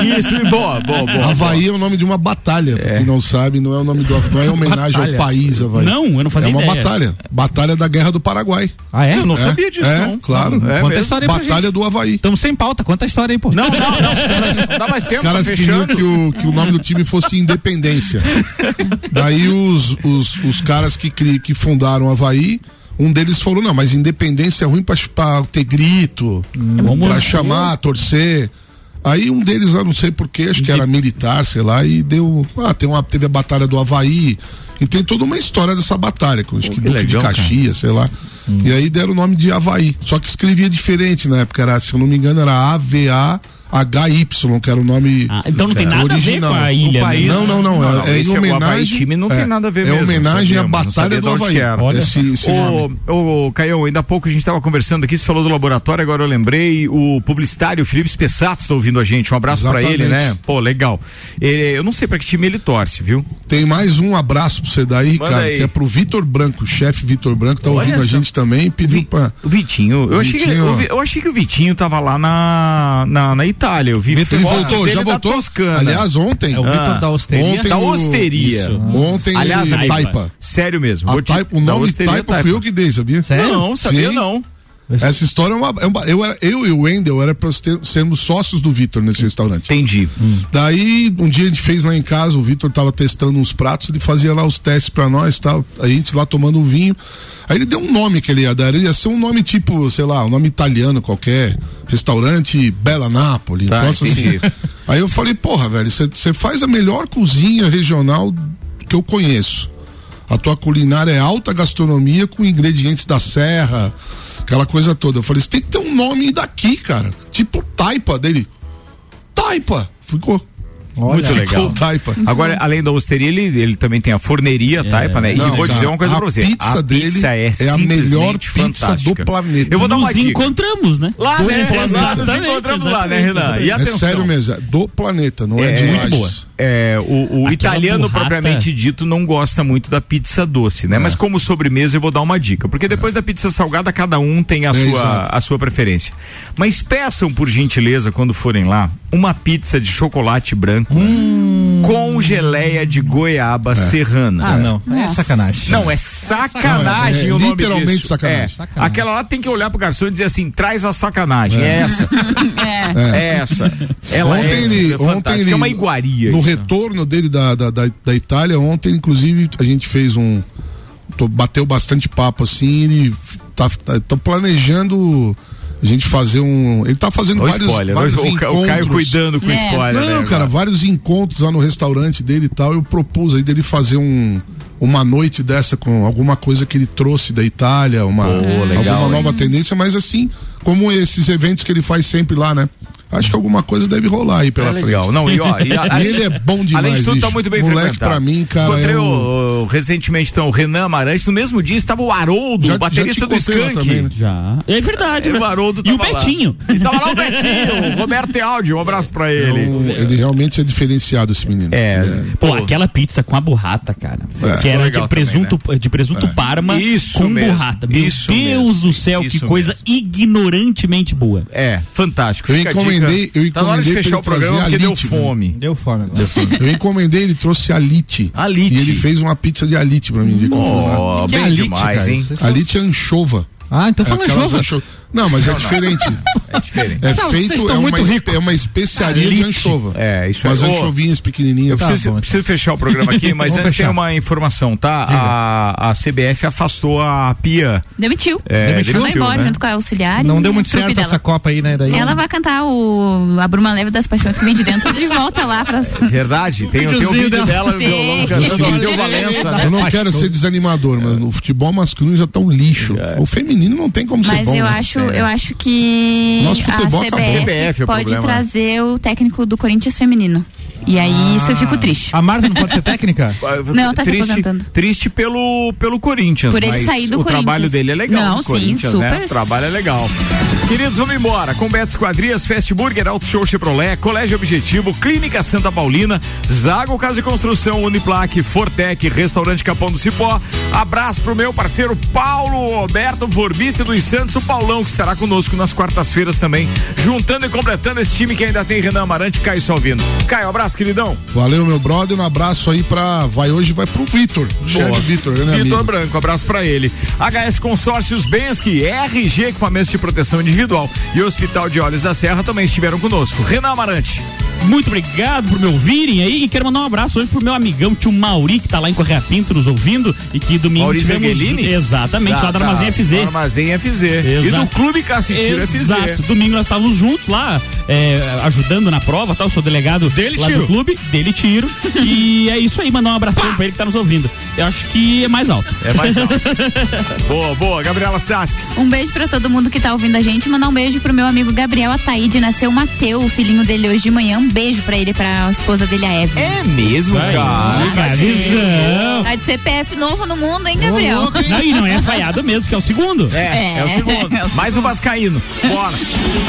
[SPEAKER 1] é. Isso, e boa, boa, boa.
[SPEAKER 6] Havaí é o nome de uma batalha. Pra quem não sabe, não é o nome do Não é homenagem
[SPEAKER 3] Batalha.
[SPEAKER 6] ao país, Havaí.
[SPEAKER 4] Não, eu não fazia
[SPEAKER 6] É uma
[SPEAKER 4] ideia.
[SPEAKER 6] batalha. Batalha da Guerra do Paraguai.
[SPEAKER 3] Ah, é?
[SPEAKER 1] Eu não sabia disso,
[SPEAKER 6] é,
[SPEAKER 1] não.
[SPEAKER 6] Claro.
[SPEAKER 1] É
[SPEAKER 3] Conta a
[SPEAKER 1] mesmo?
[SPEAKER 3] história aí pra gente.
[SPEAKER 6] Batalha do Havaí.
[SPEAKER 3] Estamos sem pauta, conta a história aí, pô.
[SPEAKER 1] Não, não, não. Dá mais tempo,
[SPEAKER 6] Os caras
[SPEAKER 1] tá
[SPEAKER 6] queriam
[SPEAKER 1] fechando.
[SPEAKER 6] que o, que o nome do time fosse Independência. Daí os, os, os caras que, cri- que fundaram o Havaí, um deles falou, não, mas Independência é ruim pra, pra ter grito,
[SPEAKER 4] É
[SPEAKER 6] pra chamar, torcer. Aí um deles, eu não sei porquê, acho que era militar, sei lá, e deu. Ah, tem uma, teve a Batalha do Havaí. E tem toda uma história dessa batalha, com acho que
[SPEAKER 1] que
[SPEAKER 6] Duque
[SPEAKER 1] legal,
[SPEAKER 6] de
[SPEAKER 1] cara.
[SPEAKER 6] Caxias, sei lá.
[SPEAKER 4] Hum.
[SPEAKER 6] E aí deram o nome de Havaí. Só que escrevia diferente na época, era, se eu não me engano, era A-V-A. HY, que era o nome. É,
[SPEAKER 4] Ah, então não tem nada
[SPEAKER 6] original.
[SPEAKER 4] a ver com a ilha. né?
[SPEAKER 6] país,
[SPEAKER 4] mesmo.
[SPEAKER 6] não, não, não,
[SPEAKER 1] Não, não,
[SPEAKER 6] É, é
[SPEAKER 1] esse é
[SPEAKER 6] em
[SPEAKER 1] o Havaí
[SPEAKER 6] homenagem.
[SPEAKER 1] time, não tem nada a ver
[SPEAKER 6] é
[SPEAKER 1] mesmo,
[SPEAKER 6] homenagem
[SPEAKER 1] sabemos,
[SPEAKER 6] à
[SPEAKER 1] não
[SPEAKER 6] Batalha
[SPEAKER 1] sabia
[SPEAKER 6] do
[SPEAKER 1] de onde
[SPEAKER 6] Havaí.
[SPEAKER 1] que era. Olha
[SPEAKER 6] Esse, esse nome.
[SPEAKER 1] Ô, ô, Caião, ainda há pouco a gente estava conversando aqui, você falou do laboratório, agora eu lembrei, o publicitário Felipe Spessato está ouvindo a gente, um abraço para
[SPEAKER 6] Exatamente.
[SPEAKER 1] ele, né? Pô, legal. Ele- eu não sei para que time ele torce, viu?
[SPEAKER 6] Tem mais um abraço pra você daí,
[SPEAKER 1] Manda
[SPEAKER 6] cara,
[SPEAKER 1] aí.
[SPEAKER 6] que é pro Vitor Branco, o chefe Vitor Branco, tá
[SPEAKER 1] Olha
[SPEAKER 6] ouvindo a
[SPEAKER 1] só.
[SPEAKER 6] gente também e pediu pra.
[SPEAKER 1] O Vitinho, eu, Achei, que,
[SPEAKER 6] Vitinho.
[SPEAKER 1] eu, vi- eu achei que o Vitinho tava lá na, na, na Itália, eu vi
[SPEAKER 6] Ele
[SPEAKER 1] fotos
[SPEAKER 6] voltou,
[SPEAKER 1] dele
[SPEAKER 6] já
[SPEAKER 1] da
[SPEAKER 6] voltou?
[SPEAKER 1] Toscana.
[SPEAKER 6] Aliás, ontem.
[SPEAKER 1] É o Vitor da
[SPEAKER 3] Osteria?
[SPEAKER 6] Ontem
[SPEAKER 1] da
[SPEAKER 6] o-
[SPEAKER 1] Osteria.
[SPEAKER 6] Isso. Ontem
[SPEAKER 1] Aliás,
[SPEAKER 6] ele,
[SPEAKER 1] a
[SPEAKER 6] Taipa.
[SPEAKER 1] Sério mesmo.
[SPEAKER 6] A
[SPEAKER 1] vou te-
[SPEAKER 6] Taipa- o
[SPEAKER 1] da
[SPEAKER 6] nome
[SPEAKER 1] Osteria
[SPEAKER 6] Taipa, foi eu que dei, sabia?
[SPEAKER 1] Não, sabia
[SPEAKER 6] Sim.
[SPEAKER 1] não.
[SPEAKER 6] Essa história é uma. é uma- eu, era- eu e o Wendel era para sermos sócios do Vitor nesse restaurante. Hum.
[SPEAKER 1] Entendi.
[SPEAKER 6] Daí, um dia a gente fez lá em casa, o Vitor tava testando uns pratos, ele fazia lá os testes pra nós, tal, a gente lá tomando um vinho. Aí ele deu um nome que ele ia dar, ele ia ser um nome tipo, sei lá, um nome italiano qualquer, restaurante Bela Napoli, um
[SPEAKER 1] Tá,
[SPEAKER 6] troço assim.
[SPEAKER 1] entendi.
[SPEAKER 6] Aí eu falei, porra, velho, você faz a melhor cozinha regional que eu conheço. A tua culinária é alta gastronomia com ingredientes da serra, aquela coisa toda. Eu falei, você tem que ter um nome daqui, cara. Tipo taipa dele. Taipa! Ficou.
[SPEAKER 1] Muito legal.
[SPEAKER 6] Ficou taipa.
[SPEAKER 1] Agora, além da osteria, ele, ele também tem a forneria taipa, né?
[SPEAKER 6] Não,
[SPEAKER 1] e vou
[SPEAKER 6] cara,
[SPEAKER 1] dizer uma coisa
[SPEAKER 6] a
[SPEAKER 1] pra você.
[SPEAKER 6] pizza
[SPEAKER 1] a
[SPEAKER 6] dele
[SPEAKER 1] pizza é,
[SPEAKER 6] é a melhor
[SPEAKER 1] simplesmente
[SPEAKER 6] pizza do
[SPEAKER 1] fantástica.
[SPEAKER 6] planeta.
[SPEAKER 1] Eu vou dar uma
[SPEAKER 4] Nos
[SPEAKER 1] dica.
[SPEAKER 4] encontramos, né?
[SPEAKER 1] Lá,
[SPEAKER 6] Do
[SPEAKER 1] né?
[SPEAKER 6] planeta.
[SPEAKER 1] Exato, nos encontramos lá, né, Renan? E
[SPEAKER 6] é
[SPEAKER 1] atenção.
[SPEAKER 6] sério mesmo, é do planeta, não é, de Lages.
[SPEAKER 1] É, o, o
[SPEAKER 4] Aquela
[SPEAKER 1] italiano
[SPEAKER 4] burrata.
[SPEAKER 1] propriamente dito não gosta muito da pizza doce, né? Mas como sobremesa eu vou dar uma dica, porque depois da pizza salgada cada um tem a sua
[SPEAKER 6] exato.
[SPEAKER 1] a sua preferência. Mas peçam por gentileza quando forem lá uma pizza de chocolate branco com geleia de goiaba serrana.
[SPEAKER 3] Ah, não. É sacanagem.
[SPEAKER 1] Não, é sacanagem
[SPEAKER 6] Não, é- é
[SPEAKER 1] o nome
[SPEAKER 6] literalmente
[SPEAKER 1] disso.
[SPEAKER 6] sacanagem.
[SPEAKER 1] É.
[SPEAKER 6] Sacanagem.
[SPEAKER 1] Aquela lá tem que olhar pro garçom e dizer assim, traz a sacanagem, é, essa. É. essa. Ela
[SPEAKER 6] ontem
[SPEAKER 1] é, essa,
[SPEAKER 6] ele,
[SPEAKER 1] é fantástica,
[SPEAKER 6] ontem ele,
[SPEAKER 1] é uma iguaria.
[SPEAKER 6] No
[SPEAKER 1] isso.
[SPEAKER 6] retorno dele da, da, da, da Itália, ontem, inclusive, a gente fez um. to- bateu bastante papo assim. Ele tá, tá tão planejando a gente fazer um. Ele tá fazendo
[SPEAKER 1] Olha o
[SPEAKER 6] vários,
[SPEAKER 1] spoiler,
[SPEAKER 6] vários
[SPEAKER 1] o, Ca- o Caio
[SPEAKER 6] encontros.
[SPEAKER 1] cuidando com o
[SPEAKER 7] É.
[SPEAKER 1] spoiler.
[SPEAKER 6] Não,
[SPEAKER 1] né,
[SPEAKER 6] cara, vários encontros lá no restaurante dele e tal. Eu propus aí dele fazer um uma noite dessa com alguma coisa que ele trouxe da Itália, uma
[SPEAKER 1] legal,
[SPEAKER 6] alguma
[SPEAKER 1] hein?
[SPEAKER 6] nova tendência, mas assim, como esses eventos que ele faz sempre lá, né? Acho que alguma coisa deve rolar aí pela
[SPEAKER 1] É
[SPEAKER 6] frente.
[SPEAKER 1] legal. Não, e ó, e a-
[SPEAKER 6] E ele é bom demais,
[SPEAKER 1] Além de tudo, tá
[SPEAKER 6] bicho.
[SPEAKER 1] muito bem
[SPEAKER 6] Moleque,
[SPEAKER 1] frequentado.
[SPEAKER 6] pra mim, cara,
[SPEAKER 1] Encontrei
[SPEAKER 6] é um-
[SPEAKER 1] o, o- recentemente então, o Renan Amarante. No mesmo dia estava o Haroldo,
[SPEAKER 6] Já-
[SPEAKER 1] o baterista
[SPEAKER 6] já te
[SPEAKER 1] do
[SPEAKER 6] contei lá
[SPEAKER 1] Skank.
[SPEAKER 6] também, né?
[SPEAKER 4] Já. É verdade.
[SPEAKER 1] É,
[SPEAKER 4] né?
[SPEAKER 1] o Haroldo
[SPEAKER 4] e o
[SPEAKER 1] tava lá.
[SPEAKER 4] Betinho.
[SPEAKER 1] E tava lá o Betinho, o Roberto e Aldi. Um abraço pra ele.
[SPEAKER 6] Então, ele realmente é diferenciado, esse menino. É.
[SPEAKER 1] É.
[SPEAKER 4] Pô, aquela pizza com a burrata, cara. que era
[SPEAKER 1] legal né? É.
[SPEAKER 4] de presunto, de presunto parma
[SPEAKER 1] Isso
[SPEAKER 4] com
[SPEAKER 1] mesmo,
[SPEAKER 4] burrata. Meu
[SPEAKER 1] isso
[SPEAKER 4] Deus
[SPEAKER 1] mesmo,
[SPEAKER 4] do céu,
[SPEAKER 1] isso
[SPEAKER 4] que coisa
[SPEAKER 1] mesmo.
[SPEAKER 4] ignorantemente boa.
[SPEAKER 1] É, fantástico.
[SPEAKER 6] Eu
[SPEAKER 1] Fica a
[SPEAKER 6] encomendei-
[SPEAKER 1] dica.
[SPEAKER 6] eu
[SPEAKER 1] Tá na hora de
[SPEAKER 6] encomendei pra
[SPEAKER 1] fechar
[SPEAKER 6] ele
[SPEAKER 1] o programa
[SPEAKER 6] trazer
[SPEAKER 1] porque
[SPEAKER 6] a
[SPEAKER 1] deu
[SPEAKER 6] Lite,
[SPEAKER 1] fome.
[SPEAKER 3] Deu fome agora.
[SPEAKER 6] Eu encomendei, ele trouxe alite.
[SPEAKER 1] Alite.
[SPEAKER 6] E ele fez uma pizza de alite pra mim, de
[SPEAKER 1] Ó,
[SPEAKER 6] confirmar.
[SPEAKER 1] bem
[SPEAKER 3] Alite,
[SPEAKER 1] demais,
[SPEAKER 3] cara?
[SPEAKER 1] hein?
[SPEAKER 6] Alite é anchova.
[SPEAKER 3] Ah, então
[SPEAKER 6] É
[SPEAKER 3] fala
[SPEAKER 6] aquelas
[SPEAKER 3] jogo.
[SPEAKER 6] ancho- Não, mas é diferente.
[SPEAKER 1] É diferente.
[SPEAKER 6] É
[SPEAKER 3] Não, vocês
[SPEAKER 6] feito,
[SPEAKER 3] estão
[SPEAKER 6] é uma,
[SPEAKER 3] muito
[SPEAKER 6] espe-
[SPEAKER 3] rico.
[SPEAKER 6] é uma especiaria de
[SPEAKER 1] Elite.
[SPEAKER 6] anchova.
[SPEAKER 1] É, isso
[SPEAKER 6] Umas
[SPEAKER 1] é- Ô,
[SPEAKER 6] anchovinhas pequenininhas.
[SPEAKER 1] Eu preciso, preciso fechar o programa aqui, mas
[SPEAKER 3] Tá Vamos
[SPEAKER 1] antes
[SPEAKER 3] fechar.
[SPEAKER 1] tem uma informação, tá? A, a CBF afastou a Pia.
[SPEAKER 7] Demitiu.
[SPEAKER 1] É, demitiu,
[SPEAKER 7] Ela vai embora
[SPEAKER 1] né?
[SPEAKER 7] junto com a auxiliar.
[SPEAKER 3] Não
[SPEAKER 7] e
[SPEAKER 3] deu
[SPEAKER 7] a
[SPEAKER 3] muito
[SPEAKER 7] trupe
[SPEAKER 3] certo
[SPEAKER 7] dela.
[SPEAKER 3] essa Copa aí, né? Daí
[SPEAKER 7] Ela vai cantar o A Bruma Leve das Paixões que vem de dentro de volta lá pra.
[SPEAKER 1] Verdade, tem, tem um
[SPEAKER 3] videozinho
[SPEAKER 1] vídeo
[SPEAKER 3] dela.
[SPEAKER 1] dela no
[SPEAKER 7] Tem.
[SPEAKER 1] violão cantando o seu Valença, né?
[SPEAKER 6] Eu não quero ser desanimador, mas
[SPEAKER 3] É.
[SPEAKER 6] o futebol masculino já tá um lixo.
[SPEAKER 1] É.
[SPEAKER 6] O feminino não tem como ser
[SPEAKER 7] Mas
[SPEAKER 6] bom.
[SPEAKER 7] eu
[SPEAKER 6] né?
[SPEAKER 7] acho, eu acho que
[SPEAKER 6] Nosso futebol tá
[SPEAKER 7] a
[SPEAKER 6] acabou.
[SPEAKER 7] CBF,
[SPEAKER 1] CBF é o
[SPEAKER 7] pode
[SPEAKER 1] problema.
[SPEAKER 6] né?
[SPEAKER 7] trazer o técnico do Corinthians feminino. E aí
[SPEAKER 6] Ah.
[SPEAKER 7] isso eu fico triste.
[SPEAKER 3] A Marta não pode ser técnica?
[SPEAKER 7] Não, tá se
[SPEAKER 1] triste,
[SPEAKER 7] aposentando.
[SPEAKER 1] Triste pelo, pelo Corinthians,
[SPEAKER 7] Por ele
[SPEAKER 1] mas
[SPEAKER 7] sair do
[SPEAKER 1] o trabalho
[SPEAKER 7] Corinthians.
[SPEAKER 1] dele é legal.
[SPEAKER 7] Não,
[SPEAKER 1] no
[SPEAKER 7] sim,
[SPEAKER 1] Corinthians, né?
[SPEAKER 7] super.
[SPEAKER 1] O trabalho é legal. Queridos, vamos embora. Com Beto Esquadrias, Fast Burger, Auto Show Chevrolet, Colégio Objetivo, Clínica Santa Paulina, Zago Casa de Construção, Uniplaque, Fortec, Restaurante Capão do Cipó. Abraço pro meu parceiro Paulo Roberto Forbice dos Santos, o Paulão, que estará conosco nas quartas-feiras também, juntando e completando esse time que ainda tem Renan Amarante e Caio Salvino. Caio, abraço, queridão.
[SPEAKER 6] Valeu, meu brother. Um abraço aí pra. Vai hoje, vai pro Vitor. Chefe Vitor, né,
[SPEAKER 1] Vitor
[SPEAKER 6] amigo?
[SPEAKER 1] Branco, abraço pra ele. HS Consórcios Bensky, RG Equipamentos de Proteção Individual e Hospital de Olhos da Serra também estiveram conosco. Renan Amarante.
[SPEAKER 4] Muito obrigado por me ouvirem aí. E quero mandar um abraço hoje pro meu amigão, tio Mauri, que tá lá em Correia Pinto nos ouvindo. E que domingo
[SPEAKER 1] Mauri
[SPEAKER 4] tivemos-
[SPEAKER 1] Zeguelini?
[SPEAKER 4] Exatamente,
[SPEAKER 1] Da-
[SPEAKER 4] lá da
[SPEAKER 1] da-
[SPEAKER 4] Armazém FZ.
[SPEAKER 1] Ah, tá. do Armazém FZ. E
[SPEAKER 4] Exato.
[SPEAKER 1] do Clube Cassitiro FZ.
[SPEAKER 4] Exato. Domingo nós estávamos juntos lá, é, ajudando na prova, tal. Sou delegado dele lá
[SPEAKER 1] tiro.
[SPEAKER 4] do clube, dele tiro. e é isso aí, mandar um abração pra ele que tá nos ouvindo. Eu acho que é mais alto.
[SPEAKER 1] É mais alto. boa, boa. Gabriela Sassi.
[SPEAKER 7] Um beijo pra todo mundo que tá ouvindo a gente. Mandar um beijo pro meu amigo Gabriel Ataíde. Nasceu o Mateu, o filhinho dele hoje de manhã. Um beijo pra ele e pra esposa dele, a Eve.
[SPEAKER 1] É mesmo,
[SPEAKER 4] Isso aí,
[SPEAKER 1] cara.
[SPEAKER 4] cara, visão.
[SPEAKER 7] Tá de CPF novo no mundo, hein, Gabriel?
[SPEAKER 4] Não, e não é falhado mesmo, que é o segundo.
[SPEAKER 1] É, é, o segundo. Mais um Vascaíno. Bora.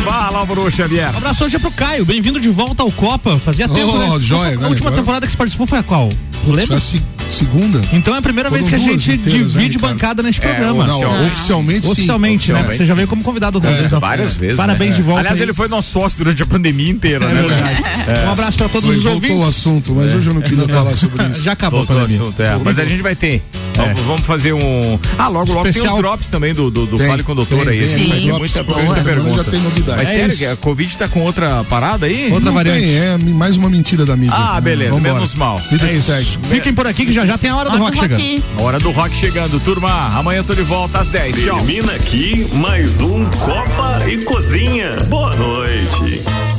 [SPEAKER 1] Fala, Bruno Xavier.
[SPEAKER 3] Um abraço hoje é pro Caio, bem-vindo de volta ao Copa. Fazia
[SPEAKER 6] Oh,
[SPEAKER 3] tempo. né?
[SPEAKER 6] joia,
[SPEAKER 3] a
[SPEAKER 6] né?
[SPEAKER 3] última
[SPEAKER 6] Agora-
[SPEAKER 3] temporada que você participou foi a qual? Tu
[SPEAKER 6] Foi
[SPEAKER 3] lembra?
[SPEAKER 6] a se- segunda?
[SPEAKER 3] Então é a primeira
[SPEAKER 6] Foram
[SPEAKER 3] vez que a
[SPEAKER 6] duas
[SPEAKER 3] gente
[SPEAKER 6] inteiras,
[SPEAKER 3] divide
[SPEAKER 6] né, cara?
[SPEAKER 3] bancada neste
[SPEAKER 1] É,
[SPEAKER 3] programa.
[SPEAKER 6] Não,
[SPEAKER 1] Oficialmente.
[SPEAKER 6] oficialmente sim.
[SPEAKER 3] Oficialmente, né?
[SPEAKER 1] Oficialmente,
[SPEAKER 3] Você já veio como convidado outras
[SPEAKER 6] É,
[SPEAKER 3] vezes. Rafael.
[SPEAKER 1] Várias vezes.
[SPEAKER 3] Parabéns
[SPEAKER 1] né?
[SPEAKER 3] de volta.
[SPEAKER 1] Aliás,
[SPEAKER 3] aí.
[SPEAKER 1] ele foi nosso sócio durante a pandemia inteira,
[SPEAKER 3] É
[SPEAKER 1] né?
[SPEAKER 3] verdade. Um abraço pra todos
[SPEAKER 6] Foi,
[SPEAKER 3] os
[SPEAKER 6] voltou o
[SPEAKER 3] ouvintes. É.
[SPEAKER 6] assunto, mas hoje eu não queria falar sobre isso.
[SPEAKER 3] Já acabou
[SPEAKER 1] Voltou
[SPEAKER 3] a
[SPEAKER 1] o
[SPEAKER 3] pandemia. É.
[SPEAKER 1] assunto, é. Mas a gente vai ter. Vamos- Vamos fazer um. Ah, logo, logo tem
[SPEAKER 3] Especial.
[SPEAKER 1] os drops também do, do, do
[SPEAKER 6] Tem,
[SPEAKER 1] Fale com o Doutor aí.
[SPEAKER 6] tem, tem,
[SPEAKER 1] Tem,
[SPEAKER 6] mas drops
[SPEAKER 1] muita, muita
[SPEAKER 6] pra essa semana
[SPEAKER 1] pergunta.
[SPEAKER 6] já tem novidade.
[SPEAKER 1] Mas
[SPEAKER 6] É
[SPEAKER 1] sério,
[SPEAKER 6] isso.
[SPEAKER 1] que a Covid tá com outra parada aí?
[SPEAKER 3] Outra
[SPEAKER 6] Não
[SPEAKER 3] variante.
[SPEAKER 6] tem, é mais uma mentira da mídia.
[SPEAKER 1] Ah, beleza,
[SPEAKER 6] Vambora.
[SPEAKER 1] menos mal.
[SPEAKER 6] Vida
[SPEAKER 1] É
[SPEAKER 6] que
[SPEAKER 1] isso.
[SPEAKER 6] segue.
[SPEAKER 3] Fiquem por aqui que já já tem a hora do rock chegando.
[SPEAKER 1] Hora do um rock chegando, turma. Amanhã eu tô de volta às 10. Tchau.
[SPEAKER 2] Termina aqui mais um Copa e Cozinha. Boa noite.